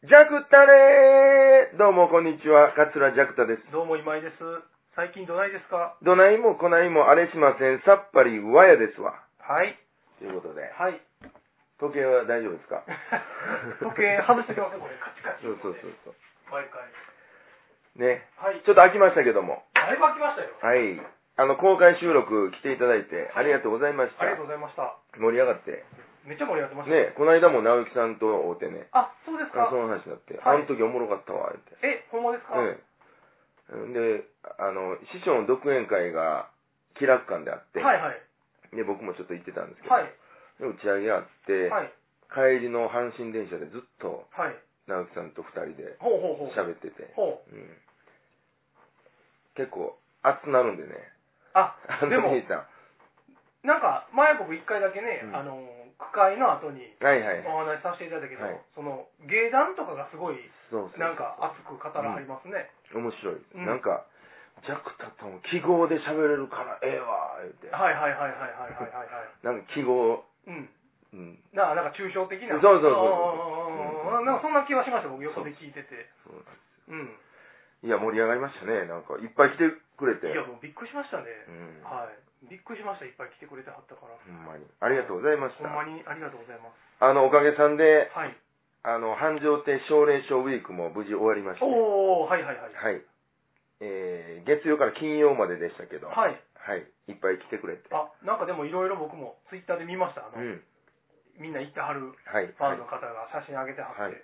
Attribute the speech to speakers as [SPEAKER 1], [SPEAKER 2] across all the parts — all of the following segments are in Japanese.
[SPEAKER 1] られどうもこんにちは、桂ジャクタです。
[SPEAKER 2] どうも今井です。最近どないですか
[SPEAKER 1] どないもこないもあれしません、さっぱりわやですわ。
[SPEAKER 2] はい。
[SPEAKER 1] ということで、
[SPEAKER 2] はい。
[SPEAKER 1] 時計は大丈夫ですか
[SPEAKER 2] 時計外してきますね、これ。カチカチ。
[SPEAKER 1] そうそうそうそう。
[SPEAKER 2] 毎回。
[SPEAKER 1] ね、
[SPEAKER 2] はい。
[SPEAKER 1] ちょっと飽きましたけども、
[SPEAKER 2] だいぶ飽きましたよ。
[SPEAKER 1] はい。あの、公開収録来ていただいてありがとうございまし
[SPEAKER 2] あり
[SPEAKER 1] た
[SPEAKER 2] がと。うございました。
[SPEAKER 1] 盛り上がって。
[SPEAKER 2] めっちゃ盛り上がってました。
[SPEAKER 1] ね、この間も直樹さんと会うてね、
[SPEAKER 2] あ、そうです
[SPEAKER 1] あ
[SPEAKER 2] か
[SPEAKER 1] そ。の話になって、
[SPEAKER 2] は
[SPEAKER 1] あ
[SPEAKER 2] い
[SPEAKER 1] の時おもろかったわ、って。
[SPEAKER 2] え、ほんまですか、
[SPEAKER 1] ええ。で、あの、師匠の独演会が、気楽館であって、
[SPEAKER 2] はいはい。
[SPEAKER 1] で、僕もちょっと行ってたんですけど、
[SPEAKER 2] はい。
[SPEAKER 1] で打ち上げあって、
[SPEAKER 2] はい。
[SPEAKER 1] 帰りの阪神電車でずっと
[SPEAKER 2] はい。
[SPEAKER 1] 直樹さんと二人で
[SPEAKER 2] ほうほうほう。
[SPEAKER 1] 喋ってて、
[SPEAKER 2] ほう。
[SPEAKER 1] うん、結構熱なるんでね、
[SPEAKER 2] あ、
[SPEAKER 1] あ
[SPEAKER 2] で
[SPEAKER 1] の
[SPEAKER 2] も
[SPEAKER 1] 兄さ
[SPEAKER 2] なんか、前僕一回だけね、
[SPEAKER 1] うん
[SPEAKER 2] あの、区会の後に、
[SPEAKER 1] ん。はいはいはい。
[SPEAKER 2] お話しさせていただいたけど、
[SPEAKER 1] はい
[SPEAKER 2] その、芸談とかがすごい、
[SPEAKER 1] そうそう。
[SPEAKER 2] なんか熱く語らはりますね。
[SPEAKER 1] 面白い。
[SPEAKER 2] うん
[SPEAKER 1] なんか、ジャクタとも記号で喋れるからええわ、言うて。
[SPEAKER 2] はいはいはいはいはいはいはいはい。
[SPEAKER 1] なんか記号、
[SPEAKER 2] うん。
[SPEAKER 1] うん、
[SPEAKER 2] ななんか抽象的な。
[SPEAKER 1] そうそうそうそう
[SPEAKER 2] あー
[SPEAKER 1] うん
[SPEAKER 2] なんかそんな気はしました、僕、横で聞いてて。
[SPEAKER 1] そうなんで
[SPEAKER 2] うん。
[SPEAKER 1] すいや、盛り上がりましたね。なんか、いっぱい来てくれて。
[SPEAKER 2] いや、もうびっくりしましたね。
[SPEAKER 1] うん。
[SPEAKER 2] はい。びっくりしました、いっぱい来てくれてはったから。ほ
[SPEAKER 1] ほんまに。ありがとうございました。
[SPEAKER 2] んまにありがとうございます。
[SPEAKER 1] あの、おかげさんで、
[SPEAKER 2] はい。
[SPEAKER 1] あの、繁盛亭奨励賞ウィークも無事終わりまして。は
[SPEAKER 2] おー、はいはいはい。
[SPEAKER 1] い。えー、月曜から金曜まででしたけど、い。
[SPEAKER 2] はい。
[SPEAKER 1] はい。いっぱい来てくれて。
[SPEAKER 2] あ、なんかでもいろいろ僕もツイッターで見ました。あ
[SPEAKER 1] う
[SPEAKER 2] の、
[SPEAKER 1] ん。
[SPEAKER 2] みんな行ってはる
[SPEAKER 1] はい。
[SPEAKER 2] ファ
[SPEAKER 1] は
[SPEAKER 2] ン
[SPEAKER 1] い
[SPEAKER 2] の、方が写真上げてはって。
[SPEAKER 1] はい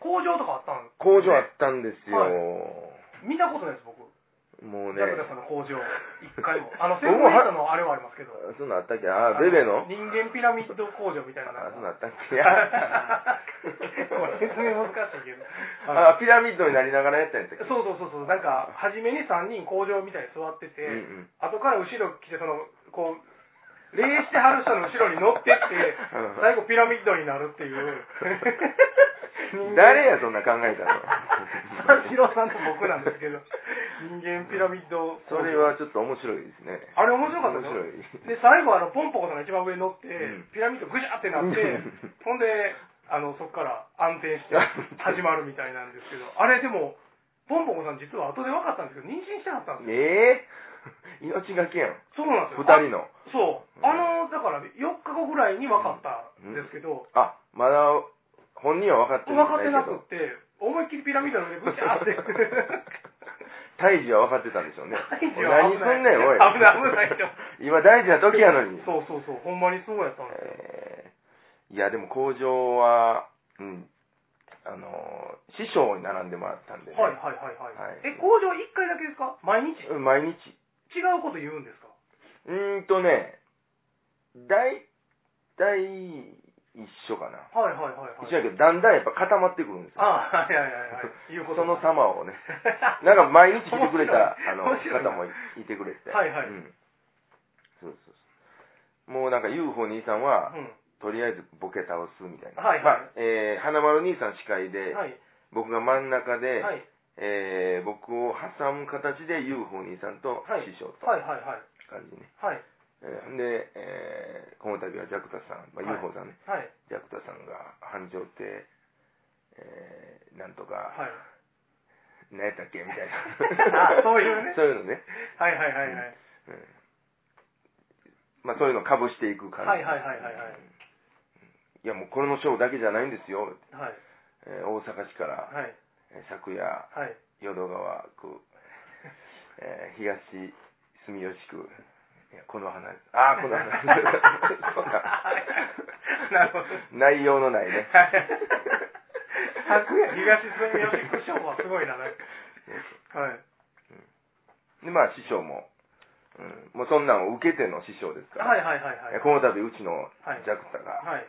[SPEAKER 2] 工場とかあったん
[SPEAKER 1] 工場あったんですよ。
[SPEAKER 2] は見たことないです、僕。
[SPEAKER 1] もう
[SPEAKER 2] ジ
[SPEAKER 1] ね
[SPEAKER 2] ャ。クダさんの工場。一 回も。あの、セブンイレブンのあれはありますけど。
[SPEAKER 1] そんなんあったっけあー、ベベの
[SPEAKER 2] 人間ピラミッド工場みたいな
[SPEAKER 1] あ
[SPEAKER 2] な、
[SPEAKER 1] そ
[SPEAKER 2] ん
[SPEAKER 1] う
[SPEAKER 2] か
[SPEAKER 1] なったっけ
[SPEAKER 2] これ説明難しいけど
[SPEAKER 1] あ、ピラミッドになりながらやったんやったっけ
[SPEAKER 2] そうそうそうそうなんか初めに3人工場みたいに座ってて、
[SPEAKER 1] うんうん
[SPEAKER 2] 後から後ろ来てそのこう礼してはる人の後ろに乗ってって
[SPEAKER 1] うん
[SPEAKER 2] 最後ピラミッドになるっていう
[SPEAKER 1] 誰やそんな考えたの
[SPEAKER 2] 三四郎さんと僕なんですけど人間ピラミッド
[SPEAKER 1] それはちょっと面白いですね。
[SPEAKER 2] あれ面白かったでしょ
[SPEAKER 1] 面白い。
[SPEAKER 2] で最後あのポンポコさんが一番上に乗って、
[SPEAKER 1] うん
[SPEAKER 2] ピラミッドぐしゃってなって
[SPEAKER 1] うん
[SPEAKER 2] ほんであのそこから暗転 して始まるみたいなんですけどあれでもポンポコさん実は後で分かったんですけど妊娠してなかったんですよ
[SPEAKER 1] ええ命がけやん。
[SPEAKER 2] そうなんです
[SPEAKER 1] 二
[SPEAKER 2] よ
[SPEAKER 1] 人の。
[SPEAKER 2] あそうあのだから4日後ぐらいに分かったんですけど、
[SPEAKER 1] あ、まだ本人は分かって
[SPEAKER 2] 分かってなくって思いっきりピラミッドの上でぐしゃって
[SPEAKER 1] 大事は分かってたんでしょうね。
[SPEAKER 2] 大事は
[SPEAKER 1] おい何
[SPEAKER 2] 危
[SPEAKER 1] す
[SPEAKER 2] ない
[SPEAKER 1] んねん、おい。
[SPEAKER 2] 危ない危ないよ
[SPEAKER 1] 今大事な 時やのに。
[SPEAKER 2] そうそうそうほんまにそうやったんですよ
[SPEAKER 1] えーいや、でも工場は、うん、あのー、師匠に並んでもらったんでね。
[SPEAKER 2] はいはいはいはい、
[SPEAKER 1] はい
[SPEAKER 2] え工場1回だけですか毎日違う
[SPEAKER 1] うん毎日。
[SPEAKER 2] こと言うんですか
[SPEAKER 1] うーんとね、大体一緒かな。
[SPEAKER 2] はいはいはいはい
[SPEAKER 1] 一緒やけど、だんだんやっぱ固まってくるんですよ。
[SPEAKER 2] あはいは いはいはいいうこと
[SPEAKER 1] その様をね。
[SPEAKER 2] は
[SPEAKER 1] なんか毎日来てくれたあの
[SPEAKER 2] 面白い
[SPEAKER 1] 方もいてくれて。
[SPEAKER 2] はいはい
[SPEAKER 1] うんそうそうそう。もうなんか UFO 兄さんは、
[SPEAKER 2] うん
[SPEAKER 1] とりあえずボケ倒すみたいな。
[SPEAKER 2] はいはい
[SPEAKER 1] まあ、えー、花丸兄さん司会で、
[SPEAKER 2] はい
[SPEAKER 1] 僕が真ん中で、
[SPEAKER 2] はい
[SPEAKER 1] えー、僕を挟む形で UFO 兄さんと
[SPEAKER 2] はい
[SPEAKER 1] 師匠と、
[SPEAKER 2] はいはいはい
[SPEAKER 1] 感じね。
[SPEAKER 2] はい
[SPEAKER 1] えーで、えー、この度はジャクタさん、まあ、
[SPEAKER 2] はい
[SPEAKER 1] UFO さんね、
[SPEAKER 2] はい
[SPEAKER 1] ジャクタさんが繁盛亭、えー、なんとか、
[SPEAKER 2] はい
[SPEAKER 1] 何やったっけみたい
[SPEAKER 2] あ
[SPEAKER 1] な。
[SPEAKER 2] そういうね
[SPEAKER 1] そういうのね。
[SPEAKER 2] はいはいはいはい
[SPEAKER 1] うんまあ、そういうのをかぶしていく感じ。
[SPEAKER 2] はいはいはいはいはい
[SPEAKER 1] いや、もうこれのショーだけじゃないんですよ。
[SPEAKER 2] はい
[SPEAKER 1] えー大阪市から、
[SPEAKER 2] はい
[SPEAKER 1] えー昨夜、
[SPEAKER 2] はい
[SPEAKER 1] 淀川区、えー東住吉区、いやこの花、 ああ、この花。こんな
[SPEAKER 2] なるほど
[SPEAKER 1] 内容のないね。
[SPEAKER 2] はい昨夜東住吉区賞はすごいななんかはい
[SPEAKER 1] で、まあ、師匠も、うん、もうそんなんを受けての師匠ですから、
[SPEAKER 2] はいはいはいはい
[SPEAKER 1] えこの度、うちの
[SPEAKER 2] はい
[SPEAKER 1] ジャクタが、
[SPEAKER 2] はい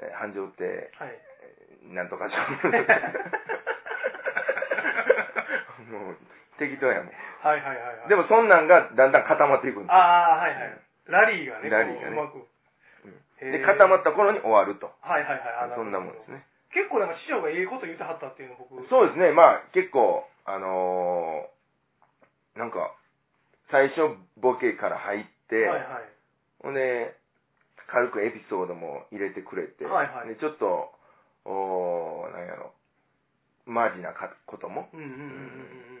[SPEAKER 1] えー繁盛亭、
[SPEAKER 2] はい
[SPEAKER 1] なんとか
[SPEAKER 2] は
[SPEAKER 1] もう適当やもん
[SPEAKER 2] いはいはいはい
[SPEAKER 1] でもそんなんがだんだん固まっていくんですよ
[SPEAKER 2] ああはいはいラリーがね
[SPEAKER 1] ラリーがね
[SPEAKER 2] こううまく
[SPEAKER 1] うん
[SPEAKER 2] へ
[SPEAKER 1] で
[SPEAKER 2] ー
[SPEAKER 1] 固まった頃に終わると
[SPEAKER 2] はいはいはいあ
[SPEAKER 1] そんなもんですね
[SPEAKER 2] 結構なんか師匠がええこと言ってはったっていうの僕
[SPEAKER 1] そうですねまあ結構あのーなんか最初ボケから入って、
[SPEAKER 2] はいはい
[SPEAKER 1] ほんで軽くエピソードも入れてくれて、
[SPEAKER 2] はいはい
[SPEAKER 1] でちょっとおーなんやろマジなかことも。
[SPEAKER 2] うんうんうんうん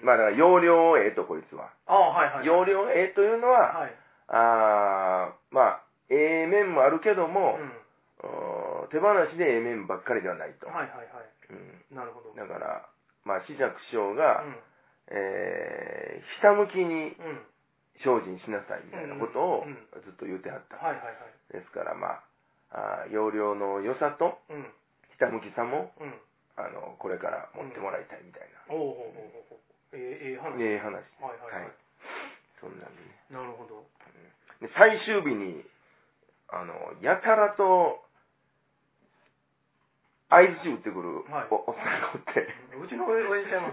[SPEAKER 2] うん。
[SPEAKER 1] まあだから、容量をええと、こいつは。
[SPEAKER 2] ああ、はいはい。
[SPEAKER 1] 容量をええというのは、
[SPEAKER 2] はい。
[SPEAKER 1] あーまあ、ええ面もあるけど
[SPEAKER 2] う
[SPEAKER 1] も、
[SPEAKER 2] ん。
[SPEAKER 1] おー手放しでええ面ばっかりではないと。
[SPEAKER 2] はいはいはい。
[SPEAKER 1] うん
[SPEAKER 2] なるほど。
[SPEAKER 1] だから、まあ、死者苦笑が、
[SPEAKER 2] うん。
[SPEAKER 1] えーひたむきに
[SPEAKER 2] うん。
[SPEAKER 1] 精進しなさいみたいなことを
[SPEAKER 2] うん
[SPEAKER 1] ずっと言ってはった。
[SPEAKER 2] はいはいはい。
[SPEAKER 1] ですから、まあ、あー容量の良さと、
[SPEAKER 2] うん。
[SPEAKER 1] ひたむきさも、
[SPEAKER 2] うん。
[SPEAKER 1] あの、これから持ってもらいたいみたいな。
[SPEAKER 2] おおおおおお。ええええ話。
[SPEAKER 1] ええ話。は
[SPEAKER 2] はいはいはい
[SPEAKER 1] い。。そんなんでね。
[SPEAKER 2] なるほど。
[SPEAKER 1] で最終日に、あの、やたらと、合図打ってくる
[SPEAKER 2] はい
[SPEAKER 1] おおっさんがおって。
[SPEAKER 2] うちの親父ちゃ ん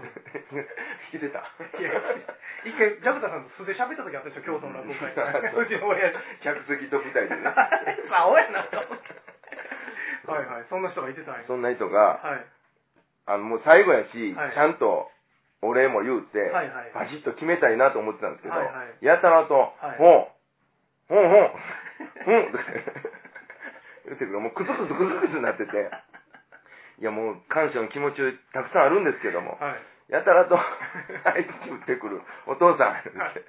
[SPEAKER 2] は
[SPEAKER 1] 聞いてた。
[SPEAKER 2] いや、一回、ジャブタさんと素で喋った時あったでしょ、 京都の落語 会。
[SPEAKER 1] うん
[SPEAKER 2] うちの親父。。
[SPEAKER 1] 客席と舞台でね
[SPEAKER 2] まあ、親なと思って。はいはい、そんな人がいてたんや。
[SPEAKER 1] そんな人が、
[SPEAKER 2] はい。
[SPEAKER 1] あの、もう最後やし、
[SPEAKER 2] はい
[SPEAKER 1] ちゃんとお礼も言うて、
[SPEAKER 2] はいはい。
[SPEAKER 1] バシッと決めたいなと思ってたんですけど、
[SPEAKER 2] はいはい
[SPEAKER 1] やたらと、
[SPEAKER 2] はい
[SPEAKER 1] ほう、ほうほう、うん、言ってくる。もうクズクズクズクズになってて、いやもう感謝の気持ちたくさんあるんですけども、
[SPEAKER 2] はい。
[SPEAKER 1] やたらと、 あいつ打ってくる、お父さん、言って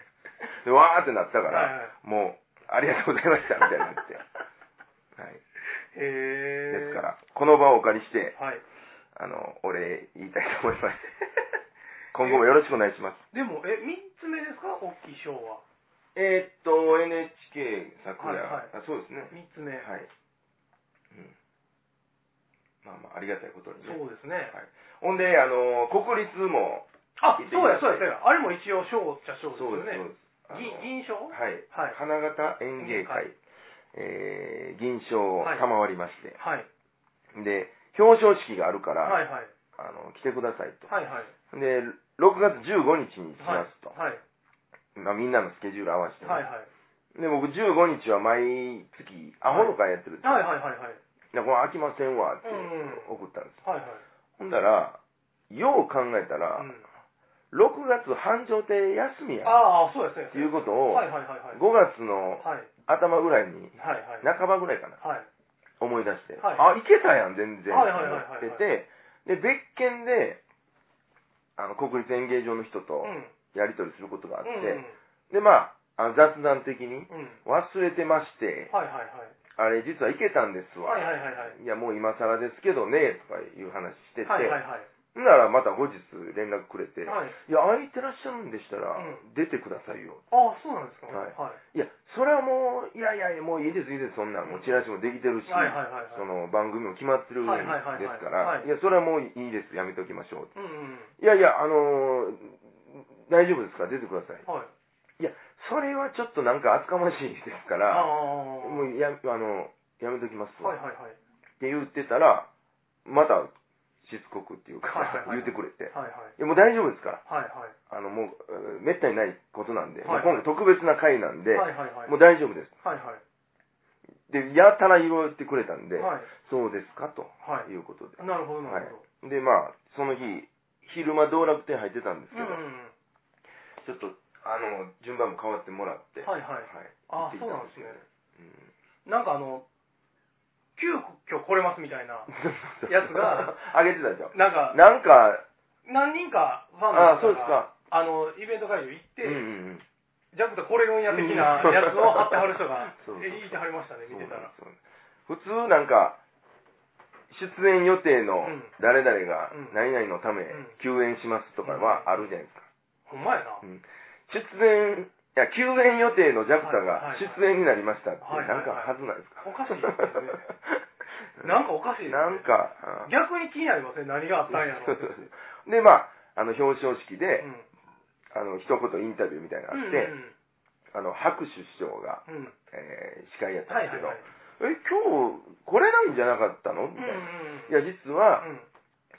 [SPEAKER 1] で、わーってなったか
[SPEAKER 2] はい
[SPEAKER 1] ら、
[SPEAKER 2] はい
[SPEAKER 1] もう、ありがとうございました、みたいになって。はい、
[SPEAKER 2] へえ。
[SPEAKER 1] ですか。ら、この場をお借りして、
[SPEAKER 2] はい。
[SPEAKER 1] あの、お礼言いたいと思います。 今後もよろしくお願いします。
[SPEAKER 2] でも、え、三つ目ですか大きい賞は。
[SPEAKER 1] えーっと、NHK 昨夜、
[SPEAKER 2] はい
[SPEAKER 1] あそうですね。
[SPEAKER 2] 三つ目。
[SPEAKER 1] はい。うん。まあまあ、ありがたいことに
[SPEAKER 2] そ
[SPEAKER 1] ね。
[SPEAKER 2] うですね。
[SPEAKER 1] ほんで、あの、国立も、
[SPEAKER 2] あ
[SPEAKER 1] 行っ、てき
[SPEAKER 2] そう
[SPEAKER 1] ま
[SPEAKER 2] や、
[SPEAKER 1] す
[SPEAKER 2] そうや、そうや。あれも一応賞っちゃ賞です
[SPEAKER 1] そう
[SPEAKER 2] よ
[SPEAKER 1] です、そう
[SPEAKER 2] ね。
[SPEAKER 1] です。あの
[SPEAKER 2] 銀、銀賞
[SPEAKER 1] はい。
[SPEAKER 2] はい
[SPEAKER 1] 花形演芸
[SPEAKER 2] は
[SPEAKER 1] 会、えー、銀賞を
[SPEAKER 2] はい
[SPEAKER 1] 賜りまして、
[SPEAKER 2] はい。
[SPEAKER 1] で、表彰式があるから、
[SPEAKER 2] はいはい。
[SPEAKER 1] あの、来てくださいと。
[SPEAKER 2] はいはい。
[SPEAKER 1] で、6月15日にしま
[SPEAKER 2] はい
[SPEAKER 1] すと。
[SPEAKER 2] はい。
[SPEAKER 1] まあ、みんなのスケジュール合わせてね、
[SPEAKER 2] はいはい。
[SPEAKER 1] で、僕15日は毎月、アホの会やってるんですよ
[SPEAKER 2] はいはいはいはい。
[SPEAKER 1] で、これ飽きませんわって
[SPEAKER 2] うんうん
[SPEAKER 1] 送ったんです。
[SPEAKER 2] はいはい。
[SPEAKER 1] ほんだら、よう考えたら、
[SPEAKER 2] うん
[SPEAKER 1] 6月繁盛亭休みやっ
[SPEAKER 2] ああ、そうや、そう
[SPEAKER 1] て
[SPEAKER 2] や。
[SPEAKER 1] いうこと
[SPEAKER 2] と
[SPEAKER 1] を、
[SPEAKER 2] はいはいはいはい。
[SPEAKER 1] 5月の
[SPEAKER 2] はい。
[SPEAKER 1] 頭ぐらいに、
[SPEAKER 2] はいはい。
[SPEAKER 1] 半ばぐらいかな、
[SPEAKER 2] はい。
[SPEAKER 1] 思い出して、あ、
[SPEAKER 2] は
[SPEAKER 1] いけたやん、全然。
[SPEAKER 2] はいはいはいはい
[SPEAKER 1] 思ってて、で、別件で、あの、国立演芸場の人と
[SPEAKER 2] うん。
[SPEAKER 1] やり取りすることがあって、
[SPEAKER 2] うん
[SPEAKER 1] で、まあ、あの雑談的に、
[SPEAKER 2] うん。うん。
[SPEAKER 1] 忘れてまして、
[SPEAKER 2] はいはいはい。
[SPEAKER 1] あれ実はいけたんですわ。
[SPEAKER 2] はいはいはいはい。
[SPEAKER 1] いや、もう今更ですけどね、とかいう話してて、
[SPEAKER 2] はいはいはい。
[SPEAKER 1] ほんならまた後日連絡くれて、
[SPEAKER 2] はい。
[SPEAKER 1] いや、空いてらっしゃるんでしたら
[SPEAKER 2] う、
[SPEAKER 1] 出てくださいよ。
[SPEAKER 2] ああ、そうなんですか。
[SPEAKER 1] はい
[SPEAKER 2] はい
[SPEAKER 1] や、それはもう、いやいやいや、もういいです、いいです、そんなん、もうチラシもできてるし、
[SPEAKER 2] い。はいはいはいはい。
[SPEAKER 1] その番組も決まってるん
[SPEAKER 2] はいはいはいはい
[SPEAKER 1] ですから、
[SPEAKER 2] はい
[SPEAKER 1] いや、それはもういいです、やめておきましょう。
[SPEAKER 2] うんうん。
[SPEAKER 1] いやいや、あのー大丈夫ですから、出てください。
[SPEAKER 2] はい。
[SPEAKER 1] いや、それはちょっとなんか厚かましいですか
[SPEAKER 2] ああ
[SPEAKER 1] ら、。も
[SPEAKER 2] は
[SPEAKER 1] うや、あの、やめときます
[SPEAKER 2] いはい
[SPEAKER 1] わ、っ
[SPEAKER 2] はい。
[SPEAKER 1] て言ってたら、また、しつこくっていうか、
[SPEAKER 2] はいはいはい
[SPEAKER 1] 言ってくれて、い
[SPEAKER 2] はいはい。
[SPEAKER 1] や、もう大丈夫ですから、
[SPEAKER 2] はいはい。
[SPEAKER 1] あの、もう、めったにないことなんで、
[SPEAKER 2] はい
[SPEAKER 1] もう今回特別な回なんで、
[SPEAKER 2] はいはいはい。
[SPEAKER 1] もう大丈夫です。
[SPEAKER 2] はいはい。
[SPEAKER 1] で、やたら言われてくれたんで、
[SPEAKER 2] はい。
[SPEAKER 1] そうですかと
[SPEAKER 2] は
[SPEAKER 1] いうことで。
[SPEAKER 2] い。なるほど、なるほど。
[SPEAKER 1] で、まあ、その日、昼間道楽店入ってたんです
[SPEAKER 2] う
[SPEAKER 1] け
[SPEAKER 2] ん
[SPEAKER 1] ど、
[SPEAKER 2] うん。
[SPEAKER 1] ちょっと、あの、順番も変わってもらって、
[SPEAKER 2] はいはい
[SPEAKER 1] はい
[SPEAKER 2] ああ
[SPEAKER 1] 行ってき
[SPEAKER 2] そう
[SPEAKER 1] た
[SPEAKER 2] なんですね
[SPEAKER 1] よ
[SPEAKER 2] なんかあの、急遽来れますみたいな、
[SPEAKER 1] うん
[SPEAKER 2] やつが、
[SPEAKER 1] あげてたでしょ。
[SPEAKER 2] なんか、
[SPEAKER 1] なんか、
[SPEAKER 2] 何人かファンの
[SPEAKER 1] ああ、そう
[SPEAKER 2] 方
[SPEAKER 1] です
[SPEAKER 2] が、
[SPEAKER 1] か。
[SPEAKER 2] あの、イベント会場行って
[SPEAKER 1] うん、うんうん。
[SPEAKER 2] ジャクタこれるんや的なやつを貼ってはる人が
[SPEAKER 1] そうそうそう
[SPEAKER 2] えいてはりましたね、見てたら。
[SPEAKER 1] そうなんですよ普通なんか、出演予定の
[SPEAKER 2] うん
[SPEAKER 1] 誰々が
[SPEAKER 2] うん
[SPEAKER 1] 何々のため
[SPEAKER 2] うん
[SPEAKER 1] 休演しますとかはあるじゃないですか。
[SPEAKER 2] ほんまやな。
[SPEAKER 1] うん出演、いや、休演予定のジャクタ
[SPEAKER 2] は
[SPEAKER 1] が
[SPEAKER 2] いはい
[SPEAKER 1] 出演になりましたって、
[SPEAKER 2] はいはい
[SPEAKER 1] なんかはずないですか。
[SPEAKER 2] おかしいです ねなんかおかしいですね
[SPEAKER 1] なんか、うん
[SPEAKER 2] 逆に気になりません、何があったんやろ うって。う
[SPEAKER 1] で、まあ、あの、表彰式で、
[SPEAKER 2] ん。
[SPEAKER 1] あの、一言インタビューみたいなのがあって、あの、白手首相が、
[SPEAKER 2] うんうんうん。うん。
[SPEAKER 1] えー司会やった
[SPEAKER 2] は
[SPEAKER 1] ん
[SPEAKER 2] い
[SPEAKER 1] です
[SPEAKER 2] は
[SPEAKER 1] け
[SPEAKER 2] い
[SPEAKER 1] ど、
[SPEAKER 2] はい。
[SPEAKER 1] え、今日、来れないんじゃなかったのみ
[SPEAKER 2] うん
[SPEAKER 1] たいな。
[SPEAKER 2] うん
[SPEAKER 1] いや、実は、
[SPEAKER 2] うん。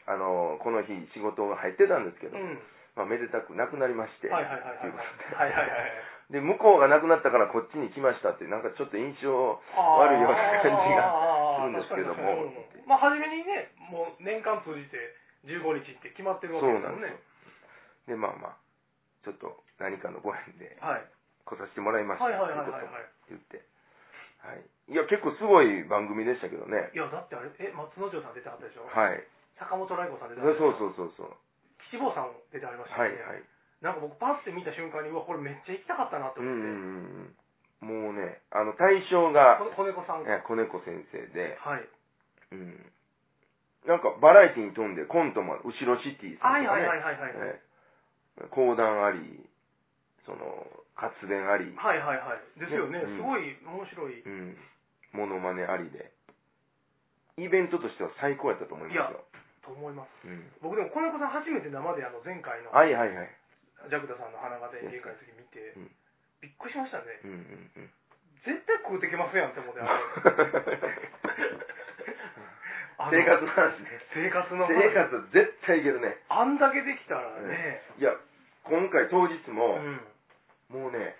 [SPEAKER 1] あの、この日、仕事が入ってたんですけど、
[SPEAKER 2] うん。
[SPEAKER 1] まあ、めでたくなくなりまして、
[SPEAKER 2] はいはいはい
[SPEAKER 1] と
[SPEAKER 2] はいい。
[SPEAKER 1] うことで
[SPEAKER 2] はいはいはい。
[SPEAKER 1] で、向こうがなくなったからこっちに来ましたって、なんかちょっと印象、悪いような感じがするんですけども
[SPEAKER 2] あー確かに確かにまあ、初めにね、もう年間通じて15日って決まってる
[SPEAKER 1] そ
[SPEAKER 2] わけ
[SPEAKER 1] う
[SPEAKER 2] です
[SPEAKER 1] な
[SPEAKER 2] も
[SPEAKER 1] ん
[SPEAKER 2] ん
[SPEAKER 1] です
[SPEAKER 2] ね
[SPEAKER 1] よ。。で、まあまあ、ちょっと何かのご縁で
[SPEAKER 2] はい。
[SPEAKER 1] 来させてもらいました
[SPEAKER 2] はいはい
[SPEAKER 1] と
[SPEAKER 2] は
[SPEAKER 1] いう
[SPEAKER 2] い
[SPEAKER 1] こ
[SPEAKER 2] はい
[SPEAKER 1] とを
[SPEAKER 2] はい。
[SPEAKER 1] 言って。はい。いや、結構すごい番組でしたけどね。
[SPEAKER 2] いや、だってあれ、え、松之丞さん出てはったでしょ
[SPEAKER 1] はい。
[SPEAKER 2] 坂本ライゴさん出て
[SPEAKER 1] そう
[SPEAKER 2] は
[SPEAKER 1] そうそうそう。
[SPEAKER 2] 岸坊さんも出てありました
[SPEAKER 1] はい
[SPEAKER 2] よね、
[SPEAKER 1] はい。
[SPEAKER 2] なんか僕パッて見た瞬間にうわこれめっちゃ行きたかったなと
[SPEAKER 1] うん
[SPEAKER 2] 思
[SPEAKER 1] うんう
[SPEAKER 2] って、
[SPEAKER 1] ん。もうね、あの、対象が、
[SPEAKER 2] この子猫さんが
[SPEAKER 1] え子猫先生で、
[SPEAKER 2] はい
[SPEAKER 1] うん。なんか、バラエティに富んで、コントもある、後ろシティさ
[SPEAKER 2] は
[SPEAKER 1] ん
[SPEAKER 2] い
[SPEAKER 1] とか
[SPEAKER 2] はい
[SPEAKER 1] ね。
[SPEAKER 2] はいはいはい
[SPEAKER 1] ええ講談あり、その、活弁あり、
[SPEAKER 2] はいはいはいですよね、
[SPEAKER 1] うん
[SPEAKER 2] すごい面白い
[SPEAKER 1] うん、モノマネありで、イベントとしては最高やったと思いますよ。
[SPEAKER 2] と思います
[SPEAKER 1] うん、
[SPEAKER 2] 僕でもこの子さん初めて生であの前回の
[SPEAKER 1] はいはいはい。
[SPEAKER 2] ジャクダさんの花形演芸会の時見て、
[SPEAKER 1] うん
[SPEAKER 2] びっくりしましたね
[SPEAKER 1] うんうんうん。
[SPEAKER 2] 絶対食うてきますやんって思 ってあ
[SPEAKER 1] 生
[SPEAKER 2] れあの
[SPEAKER 1] 活の話ね。
[SPEAKER 2] 生活の
[SPEAKER 1] 生
[SPEAKER 2] 話
[SPEAKER 1] 活絶対いけるね。
[SPEAKER 2] あんだけできたらね、
[SPEAKER 1] いや、今回当日
[SPEAKER 2] う
[SPEAKER 1] も、
[SPEAKER 2] ん、
[SPEAKER 1] もうね、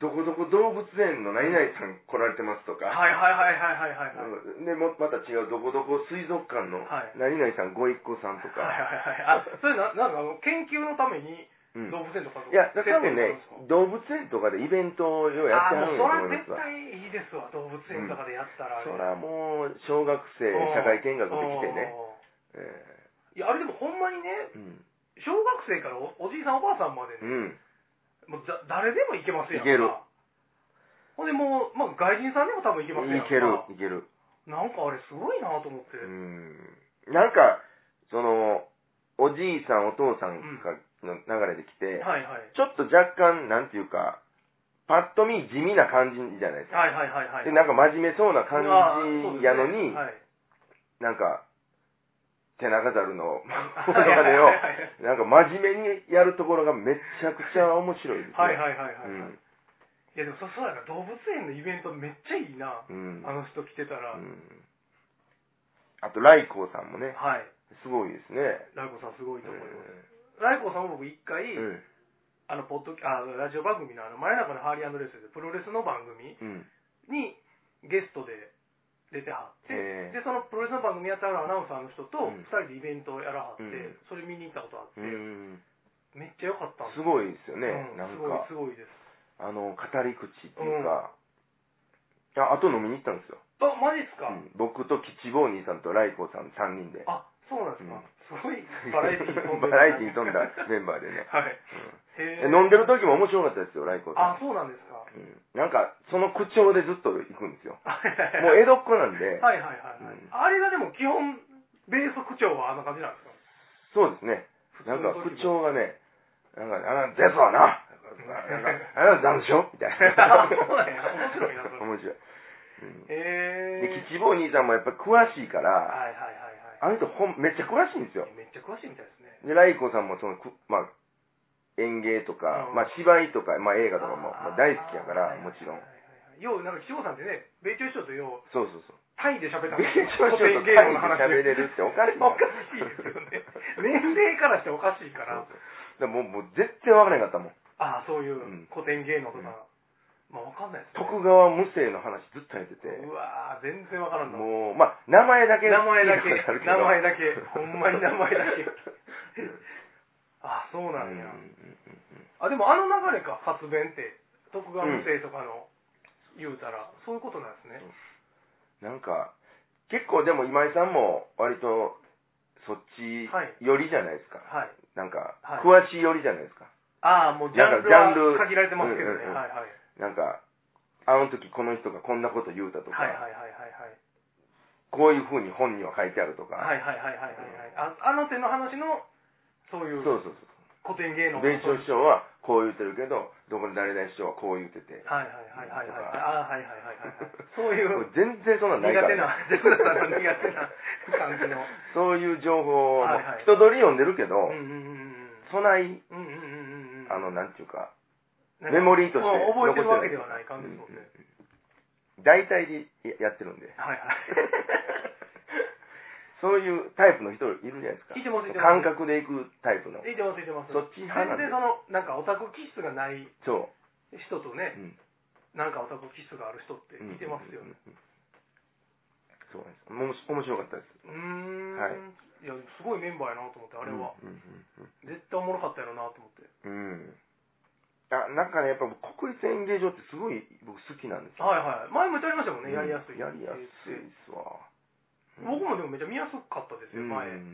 [SPEAKER 1] どこどこ動物園の何々さん来られてますとか、
[SPEAKER 2] はいはいはいはいはいはいはいはい
[SPEAKER 1] うんでもまた違うどこどこ水族館の
[SPEAKER 2] はい
[SPEAKER 1] 何々さんご一行さんと
[SPEAKER 2] はい
[SPEAKER 1] か、
[SPEAKER 2] はいあそれななんかあの研究のために
[SPEAKER 1] うん
[SPEAKER 2] 動物園とかと
[SPEAKER 1] いや、だから多分ね
[SPEAKER 2] 設定とか、
[SPEAKER 1] 動物園とかでイベントをようやって
[SPEAKER 2] あ
[SPEAKER 1] は
[SPEAKER 2] あも
[SPEAKER 1] るん
[SPEAKER 2] う
[SPEAKER 1] やと
[SPEAKER 2] そ
[SPEAKER 1] 思
[SPEAKER 2] ら
[SPEAKER 1] いますわ。
[SPEAKER 2] 絶対いいですわ動物園とかでやったらあれ、
[SPEAKER 1] そらもう、小学生、社会見学できてね。え
[SPEAKER 2] うんいやあれでもほんまにね
[SPEAKER 1] ーうん。
[SPEAKER 2] 小学生からおおじいさんおばあさんまで
[SPEAKER 1] う
[SPEAKER 2] ね、
[SPEAKER 1] ん。
[SPEAKER 2] もうだ誰でも行けますやんか
[SPEAKER 1] 行ける
[SPEAKER 2] ほんでもう、まあ、外人さんでも多分行けますやん
[SPEAKER 1] い
[SPEAKER 2] か
[SPEAKER 1] ける、いける。
[SPEAKER 2] なんかあれすごいなと思って、
[SPEAKER 1] うん。なんか、その、おじいさん、お父さんがの流れで来て、
[SPEAKER 2] はいはい
[SPEAKER 1] ちょっと若干、なんていうか、パッと見地味な感じじゃないですか。
[SPEAKER 2] はいはいはいはい
[SPEAKER 1] で、なんか真面目そうな感
[SPEAKER 2] あーそうです
[SPEAKER 1] じ
[SPEAKER 2] ね
[SPEAKER 1] やのに、
[SPEAKER 2] はい
[SPEAKER 1] なんか、手長猿の、モ
[SPEAKER 2] はい
[SPEAKER 1] ノマネを
[SPEAKER 2] はいはいはい、
[SPEAKER 1] なんか真面目にやるところがめちゃくちゃ面白いですね。
[SPEAKER 2] はいはいはいはい、
[SPEAKER 1] う
[SPEAKER 2] いやでもそそうやな動物園のイベントめっちゃいいな、
[SPEAKER 1] ん。うん。
[SPEAKER 2] あの人来てたら、
[SPEAKER 1] うんあと、ライコーさんもね、
[SPEAKER 2] はい
[SPEAKER 1] すごいですね。
[SPEAKER 2] ライコさんすごいと思います、
[SPEAKER 1] う
[SPEAKER 2] ライコさんも僕一回、
[SPEAKER 1] ん。うん
[SPEAKER 2] あのポッドキあラジオ番組のあの真夜中のハーリーレースでプロレスの番組
[SPEAKER 1] うん。
[SPEAKER 2] にゲストで出てはって、
[SPEAKER 1] へー
[SPEAKER 2] でそのプロレスの番組やってはるアナウンサーの人と
[SPEAKER 1] うん
[SPEAKER 2] 2人でイベントをやらはって、
[SPEAKER 1] うん
[SPEAKER 2] それ見に行ったことあっ
[SPEAKER 1] う
[SPEAKER 2] て、
[SPEAKER 1] ん。
[SPEAKER 2] めっちゃ良かったんで
[SPEAKER 1] す
[SPEAKER 2] す
[SPEAKER 1] ごいですよね。
[SPEAKER 2] うん
[SPEAKER 1] なんか、
[SPEAKER 2] すごいすごいです
[SPEAKER 1] あの、語り口っていうか、あ、あと飲みに行ったんですよ。
[SPEAKER 2] あマジっすか、
[SPEAKER 1] うん僕と吉坊兄さんとライコーさん3人で。
[SPEAKER 2] あそうなんですか、
[SPEAKER 1] うん
[SPEAKER 2] すごいバラエティー飛んでる
[SPEAKER 1] バラエティーに 飛んだメンバーでね。
[SPEAKER 2] はい、
[SPEAKER 1] え
[SPEAKER 2] へー
[SPEAKER 1] 飲んでる時も面白かったですよ、ライコーさん。
[SPEAKER 2] あそうなんですか
[SPEAKER 1] うんなんか、その口調でずっと行くんですよ。も
[SPEAKER 2] も
[SPEAKER 1] う江戸っ子なんで、
[SPEAKER 2] はいはいはいはい、
[SPEAKER 1] うん
[SPEAKER 2] あれがでも基本ベース口調はあんな感じなんですか
[SPEAKER 1] そうですね。なんか
[SPEAKER 2] 普
[SPEAKER 1] 口
[SPEAKER 2] 通の時も
[SPEAKER 1] 調がね、なんか、あなたですわな。なんか、あなたなんでしょみたいな。
[SPEAKER 2] あそうなんや面白いなそれ
[SPEAKER 1] 面白い。うん
[SPEAKER 2] へ
[SPEAKER 1] で
[SPEAKER 2] え、
[SPEAKER 1] 吉坊兄さんもやっぱり詳しいから、
[SPEAKER 2] はいはいはい
[SPEAKER 1] あの人ほん、めっちゃ詳しいんですよ
[SPEAKER 2] は。いめっちゃ詳しいみたいですね
[SPEAKER 1] で、ライコさんもその、くまあ、演芸とか、
[SPEAKER 2] うん
[SPEAKER 1] まあ芝居とか、まあ映画とかも、
[SPEAKER 2] あー
[SPEAKER 1] まあ、大好きやから、
[SPEAKER 2] はいはいはい
[SPEAKER 1] もちろん。
[SPEAKER 2] ようなんか志保さんってね米朝首相とよう
[SPEAKER 1] そうそうそう。
[SPEAKER 2] タイで喋った
[SPEAKER 1] 米朝首相と
[SPEAKER 2] 古典芸能の話
[SPEAKER 1] タイで喋れるっておかしい
[SPEAKER 2] おかしいですよ ね年齢からしておかしいか
[SPEAKER 1] だ
[SPEAKER 2] ら
[SPEAKER 1] からもう、もう絶対わからなかったもん。
[SPEAKER 2] ああそういう
[SPEAKER 1] うん
[SPEAKER 2] 古典芸能と
[SPEAKER 1] うん
[SPEAKER 2] か、まあわかんないですね
[SPEAKER 1] 徳川無声の話ずっとやってて、
[SPEAKER 2] うわー全然わからんな
[SPEAKER 1] もう、まあ、名前だけ。
[SPEAKER 2] 名前だけ
[SPEAKER 1] 聞いたことあるけど
[SPEAKER 2] 名前 だけほんまに名前だけあそうなんや、あでもあの流れか活弁って徳川無生とかの、言うたらそういうことなんですね、
[SPEAKER 1] なんか、結構でも今井さんも割と、そっち寄りじゃないですか。
[SPEAKER 2] はい
[SPEAKER 1] なんか、
[SPEAKER 2] はい
[SPEAKER 1] 詳しい寄りじゃないですか。
[SPEAKER 2] ああもうジャンル
[SPEAKER 1] なん
[SPEAKER 2] は
[SPEAKER 1] かジャンル
[SPEAKER 2] 限られてますけど
[SPEAKER 1] うんう
[SPEAKER 2] ね、
[SPEAKER 1] んうん
[SPEAKER 2] はいはい
[SPEAKER 1] なんか、あの時この人がこんなこと言うたとか、
[SPEAKER 2] はいはいはいはいはい
[SPEAKER 1] こういう風に本には書いてあるとか、
[SPEAKER 2] はいはいはいはいはいああの手の話のそうい
[SPEAKER 1] そう
[SPEAKER 2] う
[SPEAKER 1] そうそう。
[SPEAKER 2] 古典芸能の
[SPEAKER 1] 弁償師匠はこう言ってるけど、どこで誰々師匠はこう言ってて。
[SPEAKER 2] はいはいはいはいはいああはいはいはいはいはいそうい う
[SPEAKER 1] もう全然そんなん
[SPEAKER 2] 苦
[SPEAKER 1] ないから
[SPEAKER 2] 手な、ジャクダさんの苦手な感じの。
[SPEAKER 1] そういう情報を、
[SPEAKER 2] はいはい
[SPEAKER 1] 人通り読んでるけ
[SPEAKER 2] う
[SPEAKER 1] ど、
[SPEAKER 2] んうんうんうん。
[SPEAKER 1] そない、
[SPEAKER 2] うんうんうんうんうん。
[SPEAKER 1] あの、なんていうか、
[SPEAKER 2] なんか
[SPEAKER 1] メモリーとして
[SPEAKER 2] うん覚えてるわけでは
[SPEAKER 1] 残ってない
[SPEAKER 2] ない感じですもんね。
[SPEAKER 1] 大体でやってるんで、
[SPEAKER 2] はいはい。
[SPEAKER 1] そういうタイプの人いるじゃないですか
[SPEAKER 2] 聞い。てます、聞いてます。
[SPEAKER 1] 感覚でいくタイプの。
[SPEAKER 2] 聞いてます、聞いてます。
[SPEAKER 1] そっち
[SPEAKER 2] 全
[SPEAKER 1] 派なんで
[SPEAKER 2] 然その、なんかオタク気質がない
[SPEAKER 1] そ
[SPEAKER 2] 人と
[SPEAKER 1] う。
[SPEAKER 2] ね、
[SPEAKER 1] うん
[SPEAKER 2] なんかオタク気質がある人って聞いてますよね。。
[SPEAKER 1] うんうんうんそうなんです。おもし面白かったです。
[SPEAKER 2] うーん。
[SPEAKER 1] はい
[SPEAKER 2] いや、すごいメンバーやなと思って、あれは。
[SPEAKER 1] うん。
[SPEAKER 2] 絶対おもろかったやろなと思って。
[SPEAKER 1] うんうんうんうんあなんかね、やっぱ国立演芸場ってすごい僕好きなんですよ。
[SPEAKER 2] はいはい。前も言ってありましたもんね、やりやすい。
[SPEAKER 1] やりやすいっすわ。
[SPEAKER 2] 僕もでもめっちゃ見やすかったですよ、前
[SPEAKER 1] うんう
[SPEAKER 2] 行
[SPEAKER 1] んう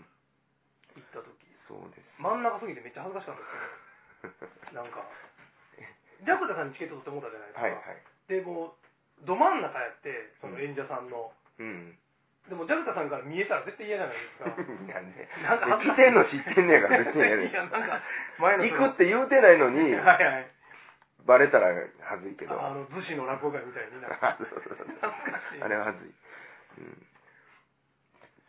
[SPEAKER 1] ん
[SPEAKER 2] った時
[SPEAKER 1] そうです
[SPEAKER 2] 真ん中すぎてめっちゃ恥ずかしかったんですけどなんかジャクダさんにチケット取ってもらったじゃ
[SPEAKER 1] はい
[SPEAKER 2] ない
[SPEAKER 1] はい
[SPEAKER 2] ですか、でもうど真ん中やってその演者さんの、
[SPEAKER 1] うん
[SPEAKER 2] でもジャクダさんから見えたら絶対嫌じゃな いですか
[SPEAKER 1] なんで
[SPEAKER 2] なんか
[SPEAKER 1] 来てんの知ってんねやから別にや
[SPEAKER 2] いやなんか前の
[SPEAKER 1] 行
[SPEAKER 2] そ
[SPEAKER 1] く
[SPEAKER 2] の
[SPEAKER 1] って言うてないのに
[SPEAKER 2] はいはい
[SPEAKER 1] バレたらはずいけど
[SPEAKER 2] あの逗子の落語会みたいにな
[SPEAKER 1] あそうそうそう
[SPEAKER 2] 懐かし い
[SPEAKER 1] あれははずい、うん、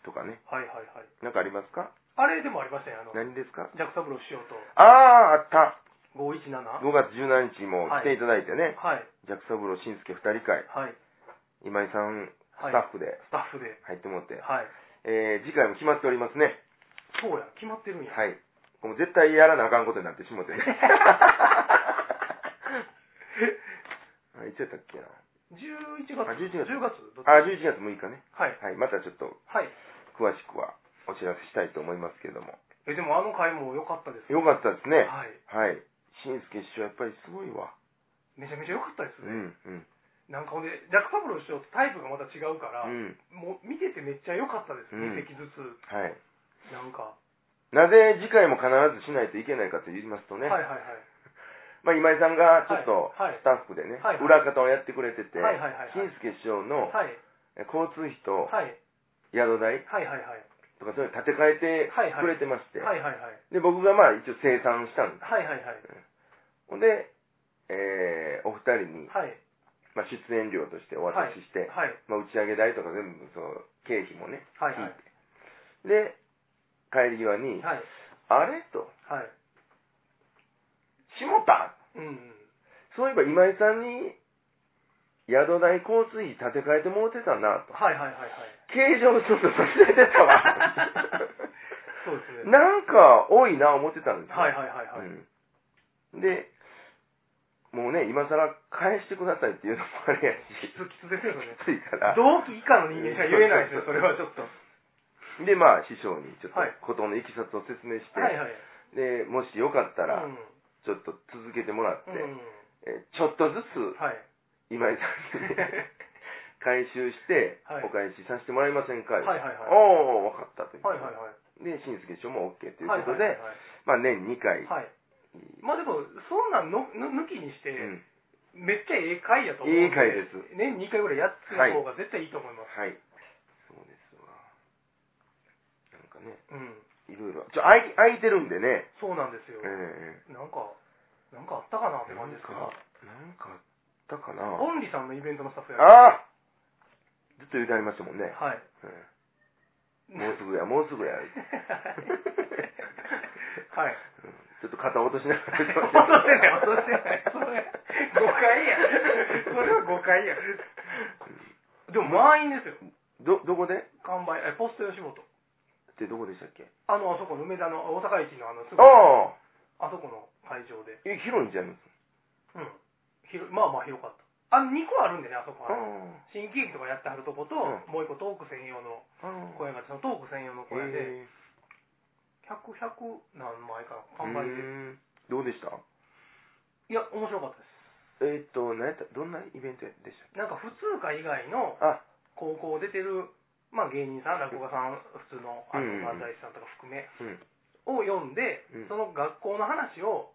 [SPEAKER 1] とかね
[SPEAKER 2] はいはいはい
[SPEAKER 1] なんかありますか
[SPEAKER 2] あれでもありましたねあのジ
[SPEAKER 1] 何ですか
[SPEAKER 2] ャクサブロー師匠と
[SPEAKER 1] あああった
[SPEAKER 2] 517
[SPEAKER 1] 5月17日も来ていただいてね、
[SPEAKER 2] はい
[SPEAKER 1] ジャクソブローしんすけ2人会
[SPEAKER 2] はい
[SPEAKER 1] 今井さんス
[SPEAKER 2] はい
[SPEAKER 1] タッフで
[SPEAKER 2] スタッフで
[SPEAKER 1] 入ってもらって、
[SPEAKER 2] はい
[SPEAKER 1] えー次回も決まっておりますね
[SPEAKER 2] そうや決まってるんや
[SPEAKER 1] はいもう絶対やらなあかんことになってしもて ねあいつやったっけな
[SPEAKER 2] 11月
[SPEAKER 1] あ11月
[SPEAKER 2] 10月どっち
[SPEAKER 1] あ11月6日ね
[SPEAKER 2] はい
[SPEAKER 1] はいまたちょっと
[SPEAKER 2] はい
[SPEAKER 1] 詳しくはお知らせしたいと思いますけれども
[SPEAKER 2] えでもあの回も良かったです
[SPEAKER 1] よかったですね
[SPEAKER 2] はい
[SPEAKER 1] はいしんすけ師匠やっぱりすごいわ
[SPEAKER 2] めちゃめちゃ良かったです
[SPEAKER 1] う
[SPEAKER 2] ね、
[SPEAKER 1] んうん
[SPEAKER 2] なんかほんでジャクサブロー師匠とタイプがまた違うから、
[SPEAKER 1] うん
[SPEAKER 2] もう見ててめっちゃ良かったです、
[SPEAKER 1] うん
[SPEAKER 2] 2席ずつ
[SPEAKER 1] はい
[SPEAKER 2] なんか、
[SPEAKER 1] なぜ次回も必ずしないといけないかと言いますとね、
[SPEAKER 2] はいはいはい
[SPEAKER 1] まあ、今井さんがちょっと
[SPEAKER 2] はいはい
[SPEAKER 1] スタッフでね、
[SPEAKER 2] はいはい
[SPEAKER 1] 裏方をやってくれてて、
[SPEAKER 2] はいはいはいはい
[SPEAKER 1] 金助師匠の
[SPEAKER 2] はい
[SPEAKER 1] え交通費と
[SPEAKER 2] はい
[SPEAKER 1] 宿代
[SPEAKER 2] はいはいはい
[SPEAKER 1] とかそういうの立て替えて
[SPEAKER 2] はいはい
[SPEAKER 1] くれてまして、
[SPEAKER 2] はいはいはい
[SPEAKER 1] で僕がまあ一応清算したんです
[SPEAKER 2] はいはいはい
[SPEAKER 1] ほんで、えーお二人に、
[SPEAKER 2] はい
[SPEAKER 1] まあ、出演料としてお渡しして、
[SPEAKER 2] はい
[SPEAKER 1] まあ、打ち上げ代とか全部その経費もね
[SPEAKER 2] はいはい
[SPEAKER 1] で帰り際に「
[SPEAKER 2] はい
[SPEAKER 1] あれ?」と
[SPEAKER 2] はい
[SPEAKER 1] 「しもた!」
[SPEAKER 2] うんうん
[SPEAKER 1] そういえば今井さんに宿代交通費立て替えてもうてたな と。
[SPEAKER 2] はいはいはいはい。
[SPEAKER 1] 形状ちょっとさせてたわ
[SPEAKER 2] そうですね
[SPEAKER 1] なんか多いな思ってたんですよ。
[SPEAKER 2] はいはいはいはい、
[SPEAKER 1] うんで、もうね、今更返してくださいっていうのもあれや
[SPEAKER 2] き
[SPEAKER 1] し、
[SPEAKER 2] つきつですよね
[SPEAKER 1] ついから。
[SPEAKER 2] 同期以下の人間しか言えないですねそれはちょっと
[SPEAKER 1] で、まあ師匠にちょっと
[SPEAKER 2] はい
[SPEAKER 1] ことのいきさつを説明して、
[SPEAKER 2] はいはい
[SPEAKER 1] で、もしよかったら
[SPEAKER 2] うん、
[SPEAKER 1] ちょっと続けてもらって、
[SPEAKER 2] うん
[SPEAKER 1] えちょっとずつ
[SPEAKER 2] はい
[SPEAKER 1] 今井さんにね回収して、
[SPEAKER 2] はい
[SPEAKER 1] お返しさせてもらえませんか、
[SPEAKER 2] はいはいはい
[SPEAKER 1] おお分かったという、
[SPEAKER 2] はいはいはい
[SPEAKER 1] で新助師匠も OK という
[SPEAKER 2] はい
[SPEAKER 1] ことで、
[SPEAKER 2] はいはい
[SPEAKER 1] まあ年2回、
[SPEAKER 2] はいまあでもそんなんのの抜きにし
[SPEAKER 1] う
[SPEAKER 2] て、
[SPEAKER 1] ん
[SPEAKER 2] めっちゃええ回やと思うん
[SPEAKER 1] いい回です
[SPEAKER 2] 年2回ぐらいやってる方が絶対いいと思います、
[SPEAKER 1] はいそうですわなんかね
[SPEAKER 2] うん
[SPEAKER 1] いろいろちょ空い空いてるんでね
[SPEAKER 2] そうなんですよ、
[SPEAKER 1] ええ
[SPEAKER 2] なんかなんかあったかなって
[SPEAKER 1] な
[SPEAKER 2] 感
[SPEAKER 1] ん
[SPEAKER 2] じですけ
[SPEAKER 1] か
[SPEAKER 2] ど
[SPEAKER 1] なんかあったかな
[SPEAKER 2] オンリさんのイベントのスタッフや
[SPEAKER 1] ああずっと言うてありましたもんね、
[SPEAKER 2] はい
[SPEAKER 1] うんもうすぐやもうすぐや
[SPEAKER 2] はい
[SPEAKER 1] うんちょっと肩落としなが
[SPEAKER 2] 落としてない、落としてない。それ、誤解や。そ
[SPEAKER 1] ら
[SPEAKER 2] れは誤解や。でも満員ですよ。
[SPEAKER 1] どどこでっ
[SPEAKER 2] 完売。え、ポスト吉本。
[SPEAKER 1] てどこでしたっけ
[SPEAKER 2] あの、あそこの梅田の、大阪駅のあの、すぐ、あ
[SPEAKER 1] ああ
[SPEAKER 2] そこの会場で。
[SPEAKER 1] え広いんじゃないです
[SPEAKER 2] うん。広いまあまあ広かった。あの、2個あるんでね、あそこ
[SPEAKER 1] か
[SPEAKER 2] は。新喜劇とかやってはるとこと、
[SPEAKER 1] うん
[SPEAKER 2] もう一個トーク専用の
[SPEAKER 1] ああ
[SPEAKER 2] 小屋があって、そのトーク専用の小屋で、
[SPEAKER 1] え
[SPEAKER 2] 100、100何枚か
[SPEAKER 1] ー
[SPEAKER 2] な、完売
[SPEAKER 1] う
[SPEAKER 2] で。
[SPEAKER 1] んどうでした
[SPEAKER 2] いや、面白かったです。
[SPEAKER 1] えーっと、何やったどんなイベントでし
[SPEAKER 2] なんか普通科以外の
[SPEAKER 1] たあ、
[SPEAKER 2] 高校出てる、まあ、芸人さん落語家さん普通のあの
[SPEAKER 1] うんうん
[SPEAKER 2] 漫才師さんとか含め
[SPEAKER 1] うん。
[SPEAKER 2] を読んで、
[SPEAKER 1] うん
[SPEAKER 2] その学校の話を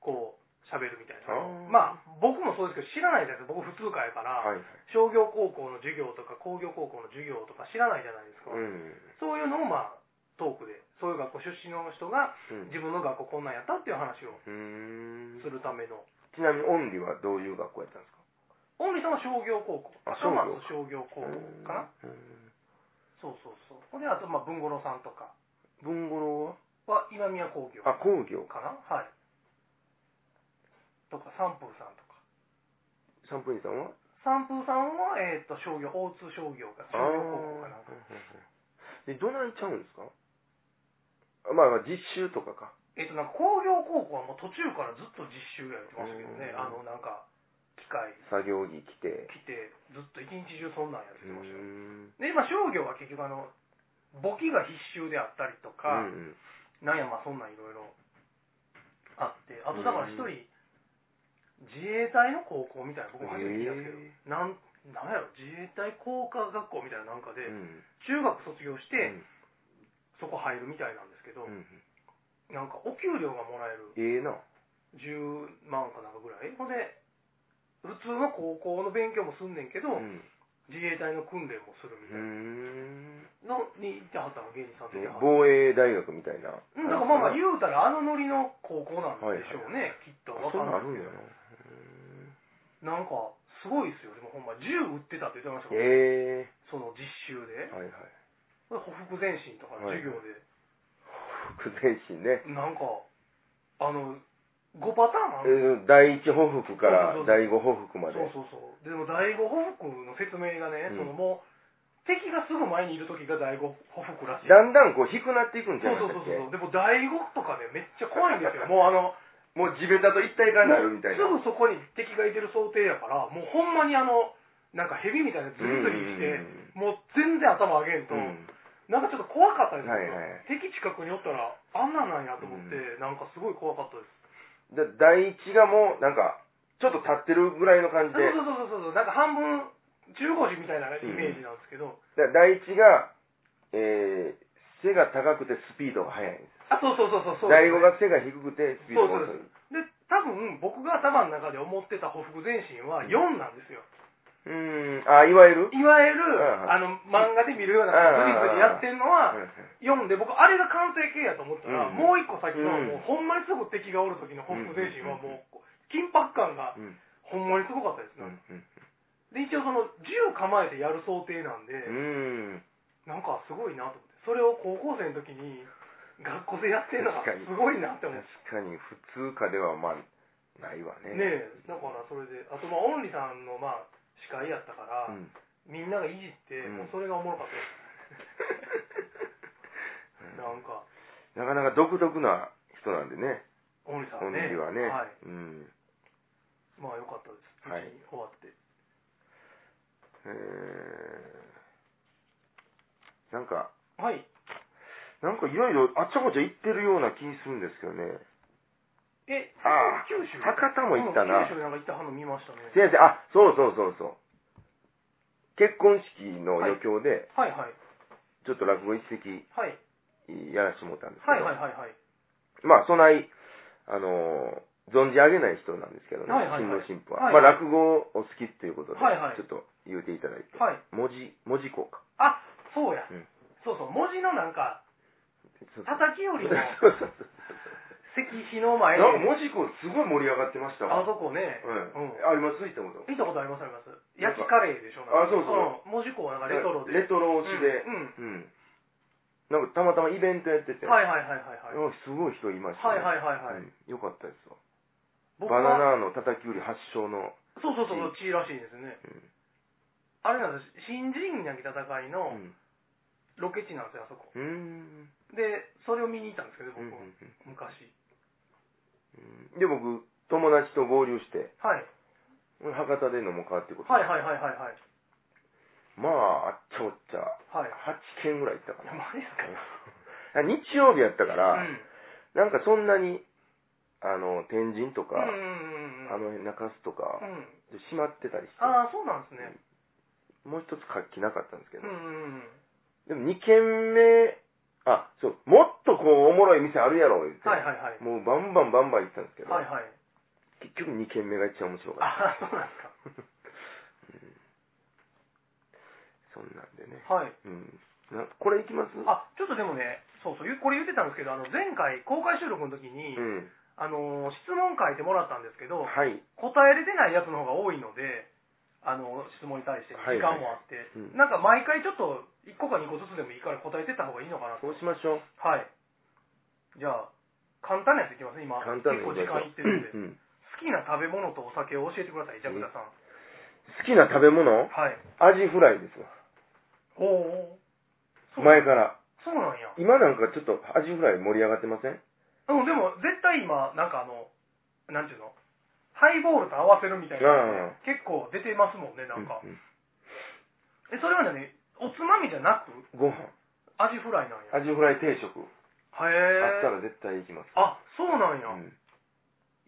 [SPEAKER 2] こう喋るみたいな
[SPEAKER 1] あー
[SPEAKER 2] まあ僕もそうですけど知らないじゃないですか僕普通科やから、
[SPEAKER 1] はいはい。
[SPEAKER 2] 商業高校の授業とか工業高校の授業とか知らないじゃないですか、
[SPEAKER 1] うん。
[SPEAKER 2] そういうのをまあトークでそういう学校出身の人が
[SPEAKER 1] うん
[SPEAKER 2] 自分の学校こんなんやったっていう話を
[SPEAKER 1] うーん
[SPEAKER 2] す。るための、
[SPEAKER 1] ちなみに、オンリーはどういう学校やったんです
[SPEAKER 2] 近江さんは商業高校
[SPEAKER 1] あ
[SPEAKER 2] 高松商業高
[SPEAKER 1] か
[SPEAKER 2] 校か
[SPEAKER 1] うー
[SPEAKER 2] な
[SPEAKER 1] ん
[SPEAKER 2] そうそうそうほんであとまあ文五郎さんとか
[SPEAKER 1] 文五郎
[SPEAKER 2] は今宮工業
[SPEAKER 1] はあ、工業か。
[SPEAKER 2] かなはいとか三風さんとか
[SPEAKER 1] サンプリンさんは
[SPEAKER 2] 三風さんは、えー、と商業大津商業か商業高校かなんか
[SPEAKER 1] あーで、どないちゃうんですかあまあまあ、実習とかか。
[SPEAKER 2] えっ、となんか工業高校はもう途中からずっと実習やってましたけどね
[SPEAKER 1] うん
[SPEAKER 2] あのなんか機械
[SPEAKER 1] 作業着着て。
[SPEAKER 2] 来てずっと一日中そんなんやって
[SPEAKER 1] うー
[SPEAKER 2] ました
[SPEAKER 1] ん。
[SPEAKER 2] よで今商業は結局あの簿記が必修であったり
[SPEAKER 1] うん
[SPEAKER 2] とか、なんやまあそんなんいろいろあってあとだから一人自衛隊の高校みたいな僕初めて聞いたんですけど
[SPEAKER 1] へ
[SPEAKER 2] なんなんやろ自衛隊工科学校みたいななんか
[SPEAKER 1] う
[SPEAKER 2] で、
[SPEAKER 1] ん
[SPEAKER 2] 中学卒業し
[SPEAKER 1] う
[SPEAKER 2] て、
[SPEAKER 1] ん
[SPEAKER 2] そこ入るみたいなんですけど、
[SPEAKER 1] うん
[SPEAKER 2] なんかお給料がもらえる
[SPEAKER 1] ええな
[SPEAKER 2] 10万かなんかぐらいほんで普通の高校の勉強もすんねんけ
[SPEAKER 1] う
[SPEAKER 2] ど、
[SPEAKER 1] ん
[SPEAKER 2] 自衛隊の訓練もする
[SPEAKER 1] う
[SPEAKER 2] みたいな、
[SPEAKER 1] ん
[SPEAKER 2] のに行ってはったの芸人さん的
[SPEAKER 1] ね
[SPEAKER 2] には
[SPEAKER 1] 防衛大学みたいな
[SPEAKER 2] うんだからまあまあ言うたらあのノリの高校なんでしょうね、きっと
[SPEAKER 1] あ
[SPEAKER 2] わ
[SPEAKER 1] そ
[SPEAKER 2] か
[SPEAKER 1] んなんあ
[SPEAKER 2] んない
[SPEAKER 1] るんやな
[SPEAKER 2] なんかすごいですよでもほんま銃撃ってたって言ってましたもん、
[SPEAKER 1] え
[SPEAKER 2] その実習
[SPEAKER 1] え
[SPEAKER 2] で
[SPEAKER 1] はいはい
[SPEAKER 2] ほふ前進とかの授業で、
[SPEAKER 1] 副前進ね
[SPEAKER 2] なんかあの5パターンあ
[SPEAKER 1] えー
[SPEAKER 2] る、
[SPEAKER 1] 第一報復から
[SPEAKER 2] そうそうそう
[SPEAKER 1] 第五報復まで
[SPEAKER 2] そうそうそうでも第5報復の説明がね、
[SPEAKER 1] うん
[SPEAKER 2] そのもう敵がすぐ前にいる時が第5報復らしい
[SPEAKER 1] だんだんこう低くなっていくんじゃ
[SPEAKER 2] そう
[SPEAKER 1] ないです
[SPEAKER 2] そうそうそうでも第5とかねめっちゃ怖いんですよもうあの
[SPEAKER 1] もう地べたと一体化になるみたいな
[SPEAKER 2] もうすぐそこに敵がいてる想定やからもうほんまにあのなんか蛇みたいなズリズリして、もう全然頭上げんと、
[SPEAKER 1] うん
[SPEAKER 2] なんかちょっと怖かったですよ、
[SPEAKER 1] はいはい
[SPEAKER 2] 敵近くにおったらあんなんなんやと思って、
[SPEAKER 1] う
[SPEAKER 2] なんかすごい怖かったです
[SPEAKER 1] だ第一がもうなんかちょっと立ってるぐらいの感じ
[SPEAKER 2] そう
[SPEAKER 1] で
[SPEAKER 2] そうそうそうそうなんか半分15時みたいなイメージなんですけど、
[SPEAKER 1] だから第一が、えー、背が高くてスピードが速いんです
[SPEAKER 2] あそうそうそうそうそう
[SPEAKER 1] 第五が背が低くてスピー
[SPEAKER 2] そう
[SPEAKER 1] ドが
[SPEAKER 2] そう
[SPEAKER 1] 遅い
[SPEAKER 2] で多分僕が頭の中で思ってたほふ前進は4なんですよ、
[SPEAKER 1] うーんあいわゆる
[SPEAKER 2] いわゆる、
[SPEAKER 1] うん
[SPEAKER 2] あの漫画で見るような
[SPEAKER 1] う
[SPEAKER 2] ズリ
[SPEAKER 1] ん
[SPEAKER 2] ズリやってるのは、
[SPEAKER 1] う
[SPEAKER 2] 読んで僕あれが完成形やと思ったら、
[SPEAKER 1] うん
[SPEAKER 2] もう一個先の、
[SPEAKER 1] うん
[SPEAKER 2] もうほんまにすぐ敵がおる時の北斗前進はもうこう緊迫感が
[SPEAKER 1] ん
[SPEAKER 2] ほんまにすごかったです
[SPEAKER 1] う
[SPEAKER 2] ね、
[SPEAKER 1] んうん
[SPEAKER 2] で一応その銃構えてやる想定なんで、
[SPEAKER 1] うん
[SPEAKER 2] なんかすごいなと思ってそれを高校生の時に学校でやってるのが
[SPEAKER 1] 確かに
[SPEAKER 2] すごいなって
[SPEAKER 1] 確
[SPEAKER 2] 思って
[SPEAKER 1] かに普通科ではまあないわね
[SPEAKER 2] ねえだからそれであとまあオンリさんのまあ司会やったから、
[SPEAKER 1] うん
[SPEAKER 2] みんながいじって、
[SPEAKER 1] うん
[SPEAKER 2] もうそれがおもろかったです、なんか
[SPEAKER 1] なかなか独特な人なんでね、
[SPEAKER 2] オンリさ
[SPEAKER 1] 本
[SPEAKER 2] んね
[SPEAKER 1] 人はね。
[SPEAKER 2] はい
[SPEAKER 1] うん。
[SPEAKER 2] まあ良かったです無
[SPEAKER 1] はい
[SPEAKER 2] 事に終わって、
[SPEAKER 1] えー、なんか、
[SPEAKER 2] はい
[SPEAKER 1] なんかいろいろあっちゃこっちゃ行ってるような気するんですけどね。
[SPEAKER 2] え、
[SPEAKER 1] ああ
[SPEAKER 2] 九州
[SPEAKER 1] 博多も行ったな
[SPEAKER 2] うん九州なんか行ったの見ましたね。
[SPEAKER 1] 先生、あ、そうそうそうそう。結婚式の余興で、
[SPEAKER 2] はいはい。
[SPEAKER 1] ちょっと落語一席
[SPEAKER 2] はい。
[SPEAKER 1] やらしてもらったんですけど、
[SPEAKER 2] はいはいはいはい。
[SPEAKER 1] まあ、そない、あのー存じ上げない人なんですけどね、
[SPEAKER 2] はいはいはい
[SPEAKER 1] 新郎新婦は。
[SPEAKER 2] は
[SPEAKER 1] ま
[SPEAKER 2] い
[SPEAKER 1] あ、落語お好きっていうことで、
[SPEAKER 2] はいはい
[SPEAKER 1] ちょっと言うていただいて、
[SPEAKER 2] はい。
[SPEAKER 1] 文字、文字講か。
[SPEAKER 2] あ、そうや。
[SPEAKER 1] うん
[SPEAKER 2] そうそう、文字のなんか、
[SPEAKER 1] そうそう
[SPEAKER 2] 叩 きよりも、
[SPEAKER 1] そうそうそう
[SPEAKER 2] 石碑の前
[SPEAKER 1] なんか
[SPEAKER 2] の、
[SPEAKER 1] 文字工すごい盛り上がってました
[SPEAKER 2] あ
[SPEAKER 1] わ。
[SPEAKER 2] そこね、
[SPEAKER 1] うん
[SPEAKER 2] うん。
[SPEAKER 1] あります行ったこと。
[SPEAKER 2] 見たことありますあります。焼きカレーでしょ。
[SPEAKER 1] あそうそう
[SPEAKER 2] 文字庫はなんかレトロで。
[SPEAKER 1] レトロ推しで
[SPEAKER 2] う。ん。
[SPEAKER 1] うん。なんかたまたまイベントやってて。
[SPEAKER 2] うんはいはいはいはいはい。
[SPEAKER 1] うんすごい人いました
[SPEAKER 2] はい
[SPEAKER 1] ね。
[SPEAKER 2] はいはいは
[SPEAKER 1] う
[SPEAKER 2] い。
[SPEAKER 1] んよかったですわ。
[SPEAKER 2] 僕
[SPEAKER 1] バナ
[SPEAKER 2] は、
[SPEAKER 1] ナの叩き売り発祥の。
[SPEAKER 2] そうそうそう、地位らしいですね。
[SPEAKER 1] うん
[SPEAKER 2] あれなんです、新人なき戦いうの
[SPEAKER 1] ん。
[SPEAKER 2] ロケ地なんですよ、あそこ。
[SPEAKER 1] うーん。
[SPEAKER 2] で、それを見に行ったんですけど、
[SPEAKER 1] うん
[SPEAKER 2] 僕は、昔。
[SPEAKER 1] うんで、僕、友達と合流して、
[SPEAKER 2] はい。
[SPEAKER 1] うん博多で飲もうかってこと。
[SPEAKER 2] はいはいはいはいはい。
[SPEAKER 1] まあ、あっちゃおっちゃ、
[SPEAKER 2] はい。
[SPEAKER 1] 8軒ぐらい行ったかな。
[SPEAKER 2] マジですか
[SPEAKER 1] あ日曜日やったから、
[SPEAKER 2] うん。
[SPEAKER 1] なんかそんなに、あの、天神とか、
[SPEAKER 2] うんうんうんうん。
[SPEAKER 1] あの辺中洲とか、
[SPEAKER 2] うん。
[SPEAKER 1] で閉まってたりして、
[SPEAKER 2] ああ、そうなんですね。
[SPEAKER 1] もう一つ活気なかったんですけ
[SPEAKER 2] う
[SPEAKER 1] ど、
[SPEAKER 2] んうんうん。
[SPEAKER 1] でも2軒目、あ、そう、もっとこう、おもろい店あるやろ、言って、
[SPEAKER 2] はいはいはい。
[SPEAKER 1] もうバンバンバンバン行ってたんですけど、
[SPEAKER 2] はいはい。
[SPEAKER 1] 結局2軒目が一番面白かっ
[SPEAKER 2] ああ、そうなんです
[SPEAKER 1] た。そんなんでね。
[SPEAKER 2] か。はい。
[SPEAKER 1] うん。なこれ行きます
[SPEAKER 2] あ、ちょっとでもね、そうそう、ゆこれ言ってたんですけど、あの、前回、公開収録の時に、
[SPEAKER 1] うん。
[SPEAKER 2] あのー、質問書いてもらったんですけど、
[SPEAKER 1] はい。
[SPEAKER 2] 答えれてないやつの方が多いので、あの、質問に対して
[SPEAKER 1] はい
[SPEAKER 2] 時間もあって、
[SPEAKER 1] うん
[SPEAKER 2] なんか毎回ちょっと、1個か2個ずつでもいいから答えてった方がいいのかなと
[SPEAKER 1] そうしましょう。
[SPEAKER 2] はい。じゃあ、簡単なやついきます今。
[SPEAKER 1] 簡単な
[SPEAKER 2] 結構時間いってる
[SPEAKER 1] う
[SPEAKER 2] んで。好
[SPEAKER 1] ん。
[SPEAKER 2] きな食べ物とお酒を教えてください、ジャクダさん。
[SPEAKER 1] 好きな食べ物
[SPEAKER 2] はい。
[SPEAKER 1] アジフライですわ。
[SPEAKER 2] おお。そう
[SPEAKER 1] 前から。
[SPEAKER 2] そうなんや。
[SPEAKER 1] 今なんかちょっとアジフライ盛り上がってません
[SPEAKER 2] うん、でも絶対今、なんかあの、なんていうのハイボールと合わせるみたい
[SPEAKER 1] うん
[SPEAKER 2] な。結構出てますもんね、なんか
[SPEAKER 1] う。ん
[SPEAKER 2] え、それはね、おつまみじゃなく、
[SPEAKER 1] ご飯。
[SPEAKER 2] アジフライなん
[SPEAKER 1] ア
[SPEAKER 2] や。へ
[SPEAKER 1] ジフライ定食。あった
[SPEAKER 2] え。
[SPEAKER 1] ら絶対行きます。
[SPEAKER 2] あ、そうなんや。
[SPEAKER 1] うん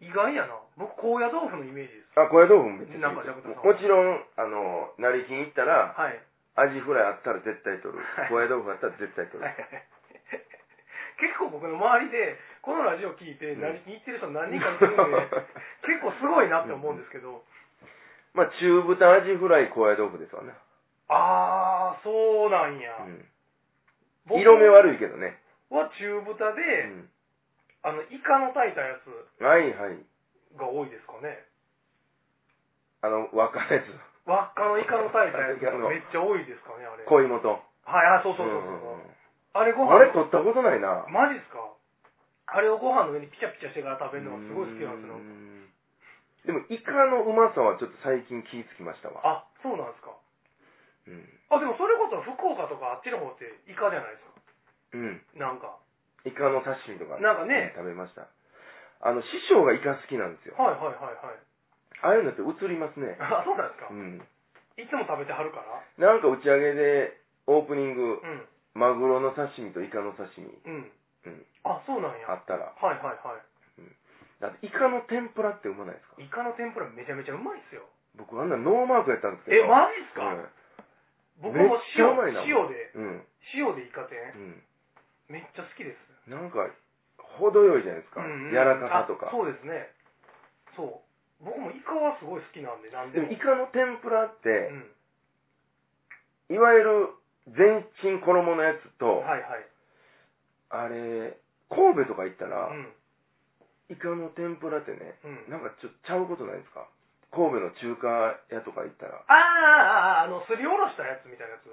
[SPEAKER 2] 意外やな。僕、高野豆腐のイメージです。
[SPEAKER 1] あ、高野豆腐もめっちゃ
[SPEAKER 2] なん
[SPEAKER 1] 好
[SPEAKER 2] かジャ
[SPEAKER 1] き
[SPEAKER 2] クタさ
[SPEAKER 1] も
[SPEAKER 2] ん
[SPEAKER 1] もちろん、あの、成金行ったら、
[SPEAKER 2] はい。
[SPEAKER 1] アジフライあったら絶対取る
[SPEAKER 2] はい。
[SPEAKER 1] 高野豆腐あったら絶対取
[SPEAKER 2] は
[SPEAKER 1] る。
[SPEAKER 2] い結構僕の周りで、このラジオ聞いて、
[SPEAKER 1] うん
[SPEAKER 2] 何言ってる人何人かいてるん で、結構すごいなって思うんですけど、
[SPEAKER 1] まあ、中豚アジフライ、高野豆腐ですわね。
[SPEAKER 2] あー、そうなんや。
[SPEAKER 1] うん。色目
[SPEAKER 2] は
[SPEAKER 1] 悪いけどね。
[SPEAKER 2] は中豚
[SPEAKER 1] う
[SPEAKER 2] で、
[SPEAKER 1] ん。
[SPEAKER 2] あの、イカの炊いたやつ
[SPEAKER 1] はいはい。
[SPEAKER 2] が多いですかね。
[SPEAKER 1] あの、若いやつ。
[SPEAKER 2] 輪っかのイカの炊いたやつがめっちゃ多いですかね、あれ。
[SPEAKER 1] 恋元。
[SPEAKER 2] はい、あ、そうそうそうそう。
[SPEAKER 1] んんん
[SPEAKER 2] あれご
[SPEAKER 1] あ
[SPEAKER 2] 飯
[SPEAKER 1] れ取ったことないな。
[SPEAKER 2] マジっすかあれをご飯の上にピチャピチャしてから食べるのがすごい好きなんですよ
[SPEAKER 1] う。んでも、イカのうまさはちょっと最近気ぃつきましたわ。
[SPEAKER 2] あ、そうなんですか。
[SPEAKER 1] うん。
[SPEAKER 2] あ、でもそれこそ福岡とかあっちの方ってイカじゃないですか。
[SPEAKER 1] うん。
[SPEAKER 2] なんか。
[SPEAKER 1] イカの刺身とか。
[SPEAKER 2] なんかね
[SPEAKER 1] うん食べました。あの、師匠がイカ好きなんですよ。
[SPEAKER 2] はいはいはいはい。
[SPEAKER 1] ああいうのって映りますね。
[SPEAKER 2] あ、そうなんですか
[SPEAKER 1] う。ん。
[SPEAKER 2] いつも食べてはるから。
[SPEAKER 1] なんか打ち上げで、オープニング、
[SPEAKER 2] うん。
[SPEAKER 1] マグロの刺身とイカの刺身、
[SPEAKER 2] うん。
[SPEAKER 1] うん、
[SPEAKER 2] あ、そうなんや。
[SPEAKER 1] あ
[SPEAKER 2] はい
[SPEAKER 1] ったら。
[SPEAKER 2] はいは
[SPEAKER 1] だって、イカの天ぷらってうまないですか
[SPEAKER 2] い。イカの天ぷらめちゃめちゃうまいっすよ。
[SPEAKER 1] 僕、あんなノーマークやったんですけど。
[SPEAKER 2] え、マジっすか、僕も塩
[SPEAKER 1] めっちゃうまいな、
[SPEAKER 2] 塩で、
[SPEAKER 1] うん。うん。
[SPEAKER 2] 塩でイカ天、
[SPEAKER 1] うん。
[SPEAKER 2] めっちゃ好きです。
[SPEAKER 1] なんか、程よいじゃないですか。
[SPEAKER 2] うんうん
[SPEAKER 1] 柔らかさとか
[SPEAKER 2] あ。そうですね。そう。僕もイカはすごい好きなんで、なん
[SPEAKER 1] で
[SPEAKER 2] で
[SPEAKER 1] も、
[SPEAKER 2] も。
[SPEAKER 1] イカの天ぷらっ
[SPEAKER 2] う
[SPEAKER 1] て、
[SPEAKER 2] ん。
[SPEAKER 1] いわゆる、全身衣のやつと、
[SPEAKER 2] はいはい。
[SPEAKER 1] あれ、神戸とか行ったら、
[SPEAKER 2] うん。
[SPEAKER 1] イカの天ぷらってね、
[SPEAKER 2] うん。
[SPEAKER 1] なんかちょっとちゃうことないですか神戸の中華屋とか行ったら。
[SPEAKER 2] あーあー、あーあの、すりおろしたやつみたいなやつ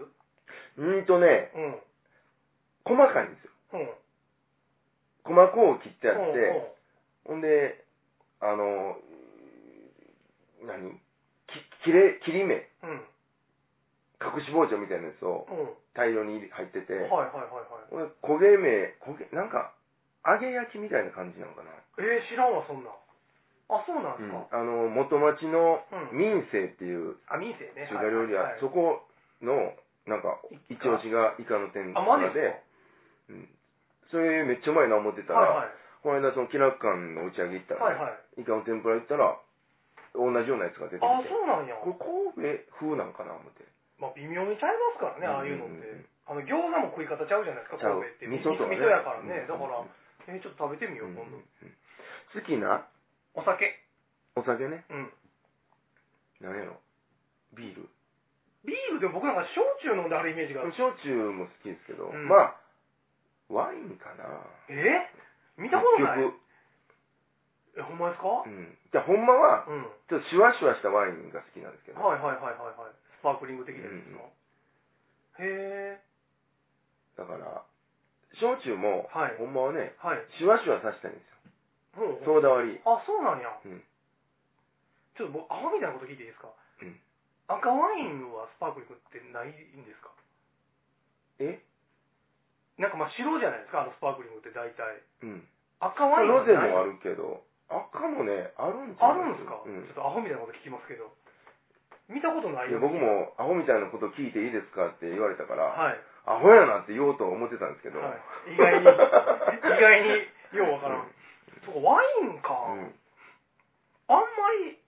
[SPEAKER 2] う
[SPEAKER 1] うーんとね、
[SPEAKER 2] ん。
[SPEAKER 1] 細かいんですよ。
[SPEAKER 2] うん。
[SPEAKER 1] 細かを切ってあ
[SPEAKER 2] うん
[SPEAKER 1] っ
[SPEAKER 2] うん
[SPEAKER 1] て、ほんで、あの、何き切れ、切り目、
[SPEAKER 2] うん。
[SPEAKER 1] 隠し包丁みたいなやつを
[SPEAKER 2] うん。
[SPEAKER 1] 大量に入ってて、
[SPEAKER 2] はいはいはいはい。
[SPEAKER 1] これ焦げ目、焦げ、なんか、揚げ焼きみたいな感じなのかな。
[SPEAKER 2] えー、知らんわ、そんなん。あ、そうなんですか、
[SPEAKER 1] あの、元町の
[SPEAKER 2] うん
[SPEAKER 1] 民生っていう
[SPEAKER 2] あ、民生ね。
[SPEAKER 1] 中華料理屋、
[SPEAKER 2] はいはい
[SPEAKER 1] そこの、なんか、一押しがイカの天ぷ
[SPEAKER 2] あ、マジ
[SPEAKER 1] ら
[SPEAKER 2] っす
[SPEAKER 1] で、うん、それめっちゃうまいな思ってた、
[SPEAKER 2] からはい
[SPEAKER 1] この間その気楽館の打ち上げ行った
[SPEAKER 2] はい。
[SPEAKER 1] ら、
[SPEAKER 2] はいは
[SPEAKER 1] イ
[SPEAKER 2] い。
[SPEAKER 1] カの天ぷら行ったら同じようなやつが出てきて
[SPEAKER 2] あ、そうなんや。
[SPEAKER 1] これ神戸風なんかな思って
[SPEAKER 2] まあ、微妙にちゃいますからね、ああいうの
[SPEAKER 1] うんう
[SPEAKER 2] って。
[SPEAKER 1] んうん
[SPEAKER 2] あの、餃子も食い方ちゃうじゃないですか、
[SPEAKER 1] ちゃう
[SPEAKER 2] 神戸っ
[SPEAKER 1] 味噌
[SPEAKER 2] て。
[SPEAKER 1] とかね
[SPEAKER 2] 味噌やから
[SPEAKER 1] うん
[SPEAKER 2] ね。だから、えーちょっと食べてみよ
[SPEAKER 1] うん
[SPEAKER 2] う、今
[SPEAKER 1] うんう
[SPEAKER 2] 度。
[SPEAKER 1] ん好きな
[SPEAKER 2] お酒。
[SPEAKER 1] お酒ね
[SPEAKER 2] うん。
[SPEAKER 1] 何やろビール
[SPEAKER 2] ビールでも僕なんか焼酎飲んであるイメージがある。
[SPEAKER 1] 焼酎も好きですけど、
[SPEAKER 2] うん
[SPEAKER 1] まあワインかな
[SPEAKER 2] えー見たことない
[SPEAKER 1] 結
[SPEAKER 2] え、ほんまです
[SPEAKER 1] 局、う
[SPEAKER 2] か
[SPEAKER 1] ん、じゃあほんまは
[SPEAKER 2] うん。
[SPEAKER 1] ちょっとシュワシュワしたワインが好きなんですけど、
[SPEAKER 2] はいはいはいはいはい。スパークリング的なやつですか、へえ。
[SPEAKER 1] だから焼酎も、
[SPEAKER 2] はい
[SPEAKER 1] ほんまはね
[SPEAKER 2] はい。
[SPEAKER 1] シュワシュワさせたいんです
[SPEAKER 2] ほ
[SPEAKER 1] よソ
[SPEAKER 2] うほう
[SPEAKER 1] ーダ割り
[SPEAKER 2] あ、そうなんや。
[SPEAKER 1] うん
[SPEAKER 2] ちょっと僕、アホみたいなこと聞いていいですか
[SPEAKER 1] うん
[SPEAKER 2] 赤ワインはスパークリングってないんですか
[SPEAKER 1] え
[SPEAKER 2] なんかまあ白じゃないですか、あのスパークリングって大体。
[SPEAKER 1] うん
[SPEAKER 2] 赤ワイン
[SPEAKER 1] ロ
[SPEAKER 2] は
[SPEAKER 1] ゼ
[SPEAKER 2] ない
[SPEAKER 1] もあるけど赤もねあるんちゃう
[SPEAKER 2] あるんですか、
[SPEAKER 1] うん
[SPEAKER 2] ちょっとアホみたいなこと聞きますけど。見たことない
[SPEAKER 1] いや
[SPEAKER 2] よ。
[SPEAKER 1] 僕。もアホみたいなこと聞いていいですかって言われたから、
[SPEAKER 2] はい。
[SPEAKER 1] アホやなって言おうと思ってたんですけど、
[SPEAKER 2] はい、意外に、意外に、ようわからん。そうか、ワインか、あんまり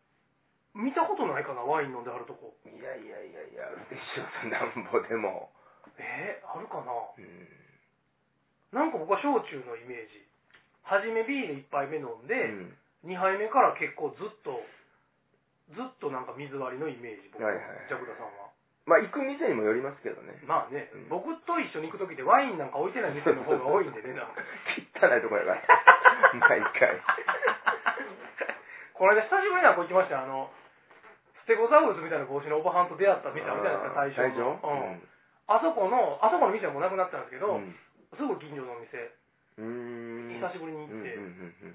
[SPEAKER 2] 見たことないかな、ワイン飲んであるとこ。
[SPEAKER 1] うんいやいやいやいやあるでしょなんぼでも、
[SPEAKER 2] えー、あるかな
[SPEAKER 1] うん
[SPEAKER 2] なんか僕は焼酎のイメージ。はじめビール1杯目飲ん
[SPEAKER 1] う
[SPEAKER 2] で、
[SPEAKER 1] ん
[SPEAKER 2] 2杯目から結構ずっと、ずっとなんか水割りのイメージ、僕、
[SPEAKER 1] はいはい
[SPEAKER 2] ジャクダさんは。
[SPEAKER 1] まあ行く店にもよりますけどね
[SPEAKER 2] まあね、
[SPEAKER 1] うん
[SPEAKER 2] 僕と一緒に行く時ってワインなんか置いてない店の方が多いんでね、なんか。
[SPEAKER 1] 汚いとこや から 毎回
[SPEAKER 2] この間久しぶりにあそこ行きましたよあの、ステゴザウルスみたいな帽子のおばはんと出会った店あるじゃないですか、
[SPEAKER 1] 大
[SPEAKER 2] 大
[SPEAKER 1] 将
[SPEAKER 2] 将の。うん。あそこの、あそこの店はもうなくなったんですけど、
[SPEAKER 1] うん
[SPEAKER 2] すぐ近所のお店、
[SPEAKER 1] うん
[SPEAKER 2] 久しぶりに行っ
[SPEAKER 1] う
[SPEAKER 2] て、
[SPEAKER 1] んうんうんうん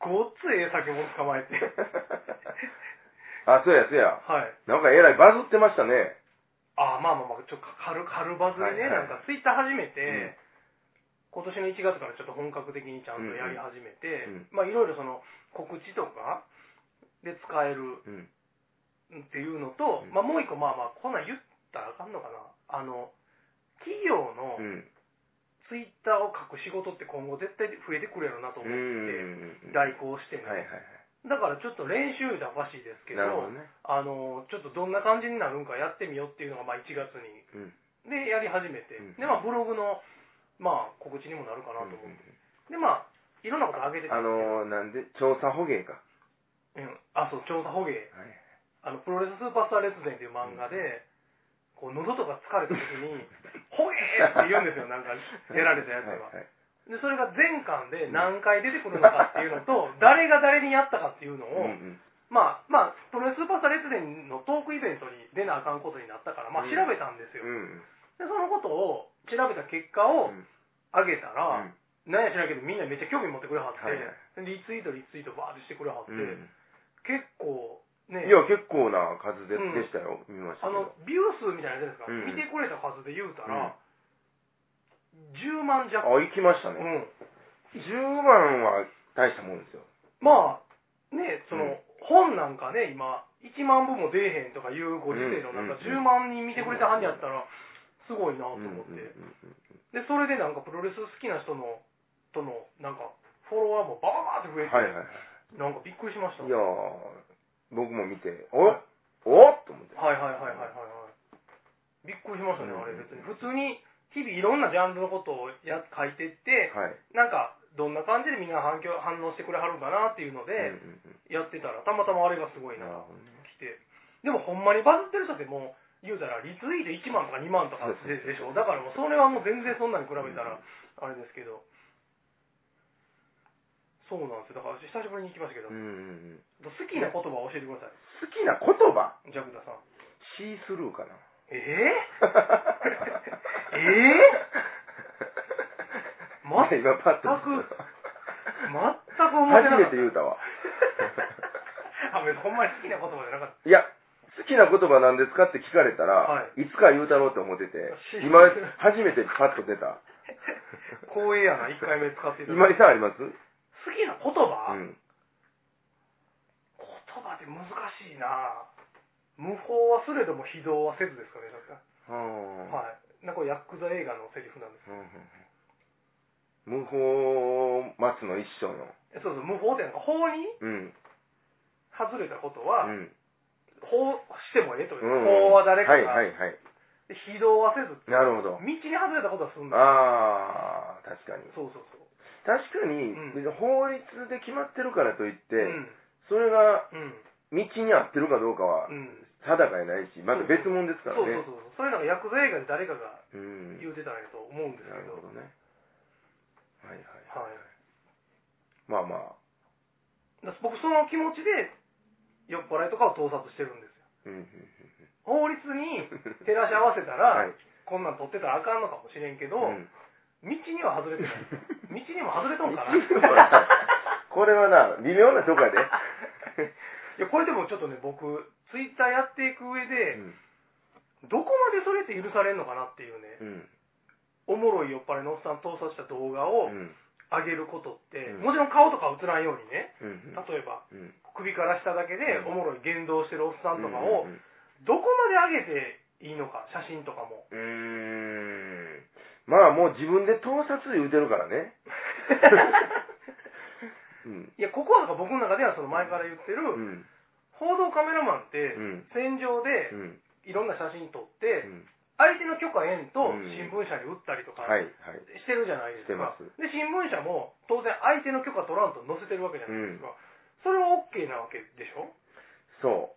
[SPEAKER 2] ごっつええ酒も捕まえて。
[SPEAKER 1] あそうやそうや
[SPEAKER 2] はい。
[SPEAKER 1] なんかえらいバズってましたね
[SPEAKER 2] あーまあまあまあ、ちょっと軽軽バズりね、
[SPEAKER 1] はいはい
[SPEAKER 2] なんかツイッター始めて、
[SPEAKER 1] うん
[SPEAKER 2] 今年の1月からちょっと本格的にちゃんとやり始めて、
[SPEAKER 1] うんうん
[SPEAKER 2] まあいろいろその告知とかで使える
[SPEAKER 1] うん
[SPEAKER 2] っていうのと、
[SPEAKER 1] うん
[SPEAKER 2] まあもう一個まあまあ、こんなん言ったらあかんのかな。あの、企業の
[SPEAKER 1] うん
[SPEAKER 2] ツイッターを書く仕事って今後絶対増えてくるやろなと思
[SPEAKER 1] う
[SPEAKER 2] って、
[SPEAKER 1] ん
[SPEAKER 2] 代行して
[SPEAKER 1] はいはい
[SPEAKER 2] ね、
[SPEAKER 1] はい
[SPEAKER 2] だからちょっと練習じゃおかしいですけど
[SPEAKER 1] なるほどね。
[SPEAKER 2] あのちょっとどんな感じになるんかやってみようっていうのが、まあ、1月に
[SPEAKER 1] うん。
[SPEAKER 2] でやり始めて、
[SPEAKER 1] うん
[SPEAKER 2] でまあブログの、まあ、告知にもなるかなと思って、でまあいろんなこと上げてた
[SPEAKER 1] あ
[SPEAKER 2] んです
[SPEAKER 1] のー、なんで、調査捕鯨か。
[SPEAKER 2] けど、うん、あそう調査捕鯨
[SPEAKER 1] はい。
[SPEAKER 2] あのプロレススーパースター列伝っていう漫画で、こう喉とか疲れた時 に「捕鯨!」って言うんですよなんか出られたやつが、
[SPEAKER 1] はいはい
[SPEAKER 2] でそれが全巻で何回出てくるのかっていうのと誰が誰にやったかっていうの
[SPEAKER 1] うん
[SPEAKER 2] を、まあまあプロレススーパースター列伝のトークイベントに出なあかんことになったから、まあ、調べたんですよ、
[SPEAKER 1] うん。
[SPEAKER 2] でそのことを調べた結果を
[SPEAKER 1] うん
[SPEAKER 2] 上げた
[SPEAKER 1] う
[SPEAKER 2] ら、
[SPEAKER 1] ん。
[SPEAKER 2] なんや知らんけどみんなめっちゃ興味持ってくれはって、
[SPEAKER 1] はいはい
[SPEAKER 2] リツイートリツイートバーってしてくれはって、
[SPEAKER 1] うん
[SPEAKER 2] 結構ね
[SPEAKER 1] いや、結構な数で
[SPEAKER 2] うん
[SPEAKER 1] でしたよ。見ました
[SPEAKER 2] あ
[SPEAKER 1] け
[SPEAKER 2] の
[SPEAKER 1] ど。
[SPEAKER 2] ビュー数みたいなやつですか、
[SPEAKER 1] うん
[SPEAKER 2] 見てくれた数で言うた
[SPEAKER 1] うん
[SPEAKER 2] ら、10万弱、
[SPEAKER 1] あ、行きました
[SPEAKER 2] う
[SPEAKER 1] ね。
[SPEAKER 2] ん、
[SPEAKER 1] 10万は大したもんですよ。
[SPEAKER 2] まあねその、
[SPEAKER 1] うん
[SPEAKER 2] 本なんかね今1万部も出えへんとかいうご時世の中、
[SPEAKER 1] うん
[SPEAKER 2] 10万人見てくれたはんやったらすごいなと
[SPEAKER 1] うんうん
[SPEAKER 2] 思って、
[SPEAKER 1] うん
[SPEAKER 2] でそれでなんかプロレス好きな人のとのなんかフォロワーもバーって増
[SPEAKER 1] うん
[SPEAKER 2] え
[SPEAKER 1] は
[SPEAKER 2] て、
[SPEAKER 1] いはいはい。
[SPEAKER 2] なんかびっくりしまし
[SPEAKER 1] い
[SPEAKER 2] た
[SPEAKER 1] やー僕も見て、おおっと思って。
[SPEAKER 2] はいはいはいはいはいはいびっくりしましたね、
[SPEAKER 1] うん
[SPEAKER 2] あれ別に普通に日々いろんなジャンルのことをや書いてって、
[SPEAKER 1] はい。
[SPEAKER 2] なんかどんな感じでみんな反響反応してくれはるんかなっていうの
[SPEAKER 1] うん
[SPEAKER 2] で、
[SPEAKER 1] うん
[SPEAKER 2] やってたらたまたまあれがす
[SPEAKER 1] う
[SPEAKER 2] ごい
[SPEAKER 1] んなる
[SPEAKER 2] な
[SPEAKER 1] ほどね。
[SPEAKER 2] 来てでもほんまにバズってる人ってもう言うたらリツイート1万とか2万とかででしょだからもうそれはもう全然そんなに比べたらあれですけど、そうなんですよだから久しぶりに行きましたけど、
[SPEAKER 1] うんうんうん
[SPEAKER 2] 好きな言葉を教えてください
[SPEAKER 1] 好きな言葉
[SPEAKER 2] ジャクダさん
[SPEAKER 1] シースルーか な。
[SPEAKER 2] え
[SPEAKER 1] えい
[SPEAKER 2] えま
[SPEAKER 1] や今パッと
[SPEAKER 2] 全く全く思ってなかった
[SPEAKER 1] 初めて言うたわ
[SPEAKER 2] あ別にほんまに好きな言葉じゃなかった
[SPEAKER 1] いや好きな言葉なんですかって聞かれたら、、
[SPEAKER 2] はい
[SPEAKER 1] つか言うたろうと思ってて
[SPEAKER 2] シー
[SPEAKER 1] 今初めてパッと出た
[SPEAKER 2] 光栄やな1回目使っていた
[SPEAKER 1] 今
[SPEAKER 2] だいて
[SPEAKER 1] 井さんありますう
[SPEAKER 2] 好きな言葉、
[SPEAKER 1] ん
[SPEAKER 2] 言葉って難しいな無法はすれども非道はせずですかねなんか、
[SPEAKER 1] は
[SPEAKER 2] はいなんかこうヤクザ映画のセリフなんです
[SPEAKER 1] い、無法松の一生の
[SPEAKER 2] えそうそう無法ってなんか法に
[SPEAKER 1] うん
[SPEAKER 2] 外れたこと
[SPEAKER 1] う
[SPEAKER 2] は、
[SPEAKER 1] ん
[SPEAKER 2] 法してもええという、
[SPEAKER 1] うん
[SPEAKER 2] 法は誰か
[SPEAKER 1] はい
[SPEAKER 2] が、
[SPEAKER 1] はいはい
[SPEAKER 2] で非道はせず
[SPEAKER 1] なるほど
[SPEAKER 2] 道に外れたことはすんだ
[SPEAKER 1] ああ確かに
[SPEAKER 2] そうそうそう
[SPEAKER 1] 確かに、
[SPEAKER 2] うん
[SPEAKER 1] 別に法律で決まってるからといって、
[SPEAKER 2] うん
[SPEAKER 1] それが
[SPEAKER 2] うん
[SPEAKER 1] 道に合ってるかどうかは
[SPEAKER 2] うん
[SPEAKER 1] 定かやないしまた別物です
[SPEAKER 2] そ
[SPEAKER 1] か
[SPEAKER 2] う
[SPEAKER 1] ら
[SPEAKER 2] そう
[SPEAKER 1] ね
[SPEAKER 2] そうそうそれなんかヤクザ映画で誰かが
[SPEAKER 1] うん
[SPEAKER 2] 言うてたんやと思うんですけ
[SPEAKER 1] なる
[SPEAKER 2] ど、
[SPEAKER 1] ほどねはいはい
[SPEAKER 2] はい
[SPEAKER 1] まあまあ
[SPEAKER 2] だから僕その気持ちで酔っ払いとかを盗撮してるんですよ
[SPEAKER 1] うんうんうん
[SPEAKER 2] 法律に照らし合わせたら、
[SPEAKER 1] はい
[SPEAKER 2] こんなん撮ってたらあかんのかもしれんけど、
[SPEAKER 1] うん
[SPEAKER 2] 道には外れてない道にも外れとんかな
[SPEAKER 1] 道にも外れ たこれはな微妙なとこやで
[SPEAKER 2] いやこれでもちょっとね僕ツイッターやっていく上で、どこまでそれって許されるのかなっていうね、
[SPEAKER 1] うんうん
[SPEAKER 2] おもろい酔っ払いのおっさん盗撮した動画
[SPEAKER 1] う
[SPEAKER 2] を
[SPEAKER 1] ん
[SPEAKER 2] 上げることって、
[SPEAKER 1] うん
[SPEAKER 2] もちろん顔とか映らんようにね
[SPEAKER 1] うんうん
[SPEAKER 2] 例えば
[SPEAKER 1] うん
[SPEAKER 2] 首から下だけでおもろい言動してるおっさんとかを
[SPEAKER 1] うん
[SPEAKER 2] どこまで上げていいのか写真とか も
[SPEAKER 1] うーんまあもう自分で盗撮言うてるから ねうん
[SPEAKER 2] いやここはなんか僕の中ではその前から言って
[SPEAKER 1] う
[SPEAKER 2] る
[SPEAKER 1] ん
[SPEAKER 2] 報道カメラマンっ
[SPEAKER 1] う
[SPEAKER 2] て
[SPEAKER 1] ん
[SPEAKER 2] 戦場
[SPEAKER 1] う
[SPEAKER 2] で
[SPEAKER 1] ん
[SPEAKER 2] いろんな写真撮
[SPEAKER 1] う
[SPEAKER 2] って
[SPEAKER 1] ん
[SPEAKER 2] 相手の許可縁と
[SPEAKER 1] うん
[SPEAKER 2] 新聞社に打ったりとか
[SPEAKER 1] はいはい
[SPEAKER 2] してるじゃないですか
[SPEAKER 1] してます
[SPEAKER 2] で新聞社も当然相手の許可取らんと載せてるわけじゃないですかそれは OK なわけでしょ
[SPEAKER 1] そう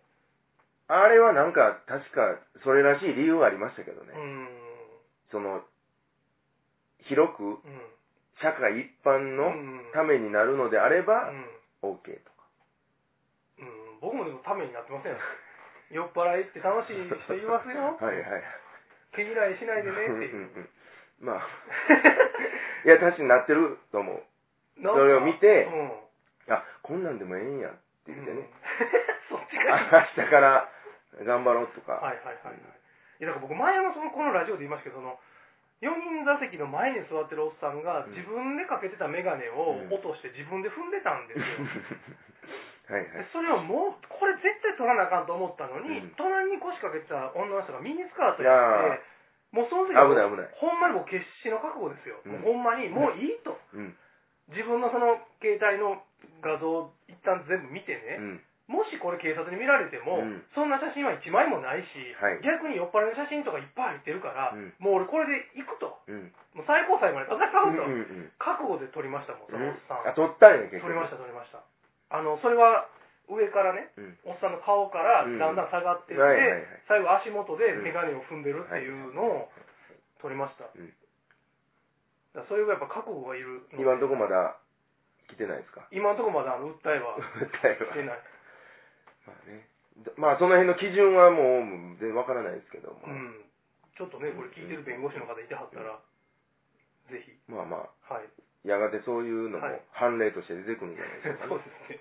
[SPEAKER 1] あれはなんか確かそれらしい理由がありましたけどね、
[SPEAKER 2] うーん
[SPEAKER 1] その広く
[SPEAKER 2] うん
[SPEAKER 1] 社会一般
[SPEAKER 2] う
[SPEAKER 1] の
[SPEAKER 2] ん
[SPEAKER 1] ためになるのであれば
[SPEAKER 2] うん
[SPEAKER 1] OK と
[SPEAKER 2] うん僕もでもためになってませんよ酔っ払いって楽しい人いますよ
[SPEAKER 1] かはいはい
[SPEAKER 2] 毛嫌いしないでね
[SPEAKER 1] うん
[SPEAKER 2] っていううん
[SPEAKER 1] うんまあいや確かになってると思う
[SPEAKER 2] なんか
[SPEAKER 1] それを見て
[SPEAKER 2] うん
[SPEAKER 1] あこんなんでもええんやって言って
[SPEAKER 2] うん
[SPEAKER 1] ね、
[SPEAKER 2] そっち
[SPEAKER 1] 明
[SPEAKER 2] か
[SPEAKER 1] 日から頑張ろうとか、
[SPEAKER 2] はいはいはいはいいやだから僕前もそのこのラジオで言いましたけどその4人座席の前に座ってるおっさんが
[SPEAKER 1] うん
[SPEAKER 2] 自分でかけてた眼鏡を
[SPEAKER 1] うん
[SPEAKER 2] 落として自分で踏んでたんですよ、
[SPEAKER 1] はいは
[SPEAKER 2] で
[SPEAKER 1] い
[SPEAKER 2] それをもうこれ絶対取らなあかんと思ったのに、
[SPEAKER 1] うん
[SPEAKER 2] 隣に腰掛けてた女の人がミニスカート
[SPEAKER 1] いや
[SPEAKER 2] やってもうその時
[SPEAKER 1] 危ない危ない
[SPEAKER 2] ほんまにもう決死の覚悟ですよ、
[SPEAKER 1] うん
[SPEAKER 2] もうほんまにもういいと、
[SPEAKER 1] うん
[SPEAKER 2] 自分のその携帯の画像一旦全部見て
[SPEAKER 1] う
[SPEAKER 2] ね、
[SPEAKER 1] ん。
[SPEAKER 2] もしこれ警察に見られても、
[SPEAKER 1] うん
[SPEAKER 2] そんな写真は1枚もないし、
[SPEAKER 1] はい
[SPEAKER 2] 逆に酔っ払いの写真とかいっぱい入ってるから、
[SPEAKER 1] うん
[SPEAKER 2] もう俺これで行くと。
[SPEAKER 1] うん。
[SPEAKER 2] もう最高裁まで戦
[SPEAKER 1] う
[SPEAKER 2] うんと。
[SPEAKER 1] うん
[SPEAKER 2] 覚悟で撮りましたもん、そ
[SPEAKER 1] うん。
[SPEAKER 2] のおっさん。
[SPEAKER 1] あ、取ったんや、結
[SPEAKER 2] 撮
[SPEAKER 1] 局。
[SPEAKER 2] りました、撮りました。あの、それは上からね、
[SPEAKER 1] うん。
[SPEAKER 2] おっさんの顔からだ
[SPEAKER 1] うん
[SPEAKER 2] んだん下がっていって、
[SPEAKER 1] はいはいはい
[SPEAKER 2] 最後足元でメガネを踏んでるっていうのを撮りました。
[SPEAKER 1] うん
[SPEAKER 2] だからそれがやっぱ覚悟がいるので
[SPEAKER 1] 今んとこまだ来てないです か
[SPEAKER 2] 今のところまだあの訴えは
[SPEAKER 1] 訴え
[SPEAKER 2] して
[SPEAKER 1] は。
[SPEAKER 2] ない。
[SPEAKER 1] まあね。まあ、その辺の基準はもう、全然わからないですけども。
[SPEAKER 2] うん。ちょっとね、これ聞いてる弁護士の方いてはったら、ぜひ、
[SPEAKER 1] まあまあ、
[SPEAKER 2] はい。
[SPEAKER 1] やがてそういうのも
[SPEAKER 2] はい
[SPEAKER 1] 判例として出てくるんじゃないですか、
[SPEAKER 2] そうですね。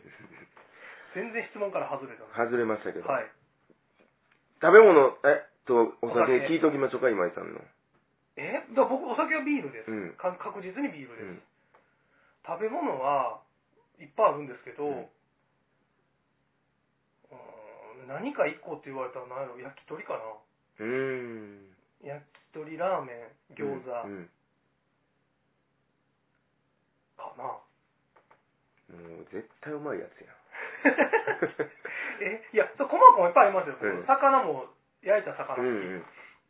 [SPEAKER 2] 全然質問から外れたな。
[SPEAKER 1] 外れましたけど。
[SPEAKER 2] はい。
[SPEAKER 1] 食べ物、えっと、お
[SPEAKER 2] お
[SPEAKER 1] 酒
[SPEAKER 2] 酒
[SPEAKER 1] 聞いておきましょうか、今井さんの。
[SPEAKER 2] えだから僕、お酒はビールです
[SPEAKER 1] う。ん。
[SPEAKER 2] か確実にビール
[SPEAKER 1] う
[SPEAKER 2] です。
[SPEAKER 1] ん。
[SPEAKER 2] 食べ物はいっぱいあるんですけど、
[SPEAKER 1] う
[SPEAKER 2] うんーん何か1個って言われたら何やろ焼き鳥かな
[SPEAKER 1] うーん。
[SPEAKER 2] 焼き鳥ラーメン餃子
[SPEAKER 1] う
[SPEAKER 2] か
[SPEAKER 1] ん。
[SPEAKER 2] な、
[SPEAKER 1] もう絶対うまいやつやん。
[SPEAKER 2] えいやそう細かもいっぱいありますよ、
[SPEAKER 1] うん
[SPEAKER 2] 魚も焼いた
[SPEAKER 1] う
[SPEAKER 2] 魚、
[SPEAKER 1] んうん。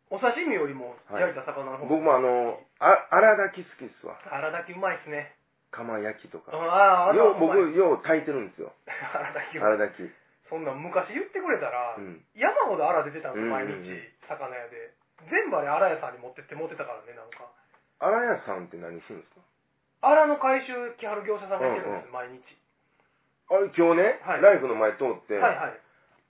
[SPEAKER 2] お刺身よりも焼いた魚の方
[SPEAKER 1] 僕もあの、あ、荒炊き好きっすわ。
[SPEAKER 2] あらだきうまいっすね
[SPEAKER 1] 釜焼きと
[SPEAKER 2] あ
[SPEAKER 1] か。
[SPEAKER 2] ああ
[SPEAKER 1] よう、僕
[SPEAKER 2] 僕、
[SPEAKER 1] よう炊いてるんですよ。
[SPEAKER 2] あらだき
[SPEAKER 1] 荒炊き。
[SPEAKER 2] そんなん昔言ってくれたら、
[SPEAKER 1] うん。
[SPEAKER 2] 山ほどあら出てたんですよ毎
[SPEAKER 1] うんうん
[SPEAKER 2] 日
[SPEAKER 1] うん
[SPEAKER 2] 魚屋で全部あれあら屋さんに持ってって持ってたからねなんか
[SPEAKER 1] 荒屋さんって何するんですか
[SPEAKER 2] あらの回収来はる業者さんがいてるんです、毎日
[SPEAKER 1] あれ今日ね、
[SPEAKER 2] はい
[SPEAKER 1] ライフの前通って、
[SPEAKER 2] はいはい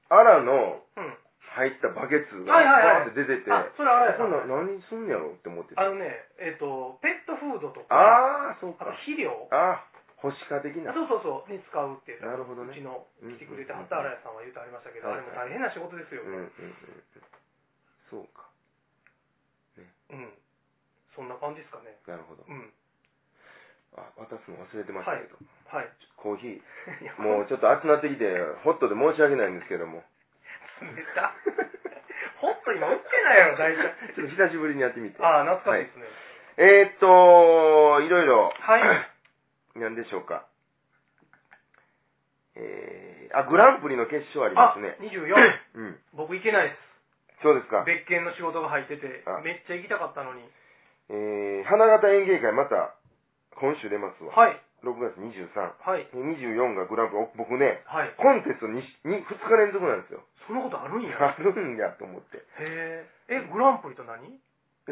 [SPEAKER 1] 荒の
[SPEAKER 2] うん
[SPEAKER 1] 入ったバケツが
[SPEAKER 2] はいはい
[SPEAKER 1] バー
[SPEAKER 2] はい
[SPEAKER 1] って出てて、
[SPEAKER 2] あそれあらやさ
[SPEAKER 1] こん
[SPEAKER 2] ん
[SPEAKER 1] なん何すんやろって思ってて。
[SPEAKER 2] あのねえっ、とペットフードとかあ
[SPEAKER 1] あー、そう
[SPEAKER 2] と
[SPEAKER 1] か。
[SPEAKER 2] 肥料
[SPEAKER 1] あー、保守家的な。
[SPEAKER 2] あそうそうそうに使うっていう
[SPEAKER 1] なるほど
[SPEAKER 2] う
[SPEAKER 1] ね
[SPEAKER 2] ち。の
[SPEAKER 1] うん
[SPEAKER 2] 来てくれた畑荒谷さんは言うとありましたけど、
[SPEAKER 1] はい
[SPEAKER 2] あれも大変な仕事ですよ、
[SPEAKER 1] うんうんうんうん。そうか。
[SPEAKER 2] うんそんな感じですかね
[SPEAKER 1] なるほど。
[SPEAKER 2] うん
[SPEAKER 1] あ、渡すの忘れてましたけど。
[SPEAKER 2] はい
[SPEAKER 1] コーヒー、
[SPEAKER 2] いや
[SPEAKER 1] もうちょっと熱なってきて、ホットで申し訳ないんですけども。
[SPEAKER 2] 冷た ホット今売ってないやろ大体
[SPEAKER 1] ちょっと久しぶりにやってみて。
[SPEAKER 2] ああ懐かしいですね
[SPEAKER 1] えー、っと、いろいろ。
[SPEAKER 2] はい、
[SPEAKER 1] 何でしょうか。えー、あ、グランプリの決勝ありますね
[SPEAKER 2] あ。24
[SPEAKER 1] うん。
[SPEAKER 2] 僕行けないです
[SPEAKER 1] そうですか。
[SPEAKER 2] 別件の仕事が入ってて
[SPEAKER 1] あ
[SPEAKER 2] めっちゃ行きたかったのに
[SPEAKER 1] えー、花形演芸会また、今週出ますわ。
[SPEAKER 2] はい
[SPEAKER 1] 6月23。
[SPEAKER 2] はい
[SPEAKER 1] で24がグランプリ。お僕ね、
[SPEAKER 2] はい
[SPEAKER 1] コンテスト 2, 2, 日連続なんですよ。
[SPEAKER 2] そんなことあるんや
[SPEAKER 1] あるんやと思って。
[SPEAKER 2] へええグランプリと何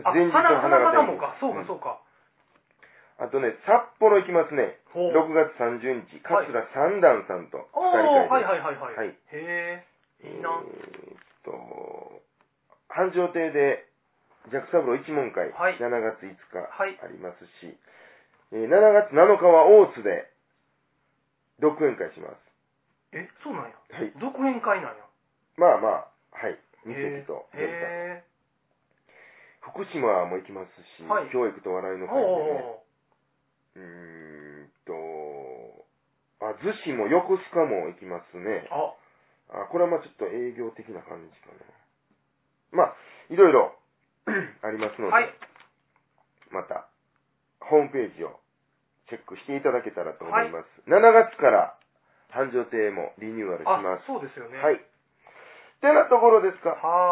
[SPEAKER 2] あ
[SPEAKER 1] 前日の
[SPEAKER 2] 花花形
[SPEAKER 1] 形
[SPEAKER 2] もかそうか
[SPEAKER 1] う
[SPEAKER 2] そうか、
[SPEAKER 1] んあとね、札幌行きますね。
[SPEAKER 2] ほう
[SPEAKER 1] 6月30日、
[SPEAKER 2] は
[SPEAKER 1] 桂
[SPEAKER 2] い
[SPEAKER 1] 三段さんと
[SPEAKER 2] お
[SPEAKER 1] 二
[SPEAKER 2] おはい
[SPEAKER 1] で
[SPEAKER 2] はいはいはい、
[SPEAKER 1] はい
[SPEAKER 2] へえいいな、
[SPEAKER 1] えーっと、繁盛亭で、ジャックサブロー一門会、
[SPEAKER 2] はい
[SPEAKER 1] 7月5日
[SPEAKER 2] はい
[SPEAKER 1] ありますし、えー7月7日は大津で、独演会します。
[SPEAKER 2] えそうなんや
[SPEAKER 1] はい。
[SPEAKER 2] 独演会なんや
[SPEAKER 1] まあまあ、はい。二席
[SPEAKER 2] へえ
[SPEAKER 1] と全館。
[SPEAKER 2] へ
[SPEAKER 1] 福島も行きますし、
[SPEAKER 2] はい
[SPEAKER 1] 教育と笑い
[SPEAKER 2] え
[SPEAKER 1] の
[SPEAKER 2] お
[SPEAKER 1] 会でね、
[SPEAKER 2] お
[SPEAKER 1] うーんと、あ、逗子も横須賀も行きますね。
[SPEAKER 2] あ
[SPEAKER 1] あ、これはまあちょっと営業的な感じかな。まあ、いろいろ ありますので、
[SPEAKER 2] はい
[SPEAKER 1] また、ホームページをチェックしていただけたらと思います。7月から、繁盛亭もリニューアルしま
[SPEAKER 2] あ
[SPEAKER 1] す。
[SPEAKER 2] そうですよね
[SPEAKER 1] はい。ってなところですか。
[SPEAKER 2] はーい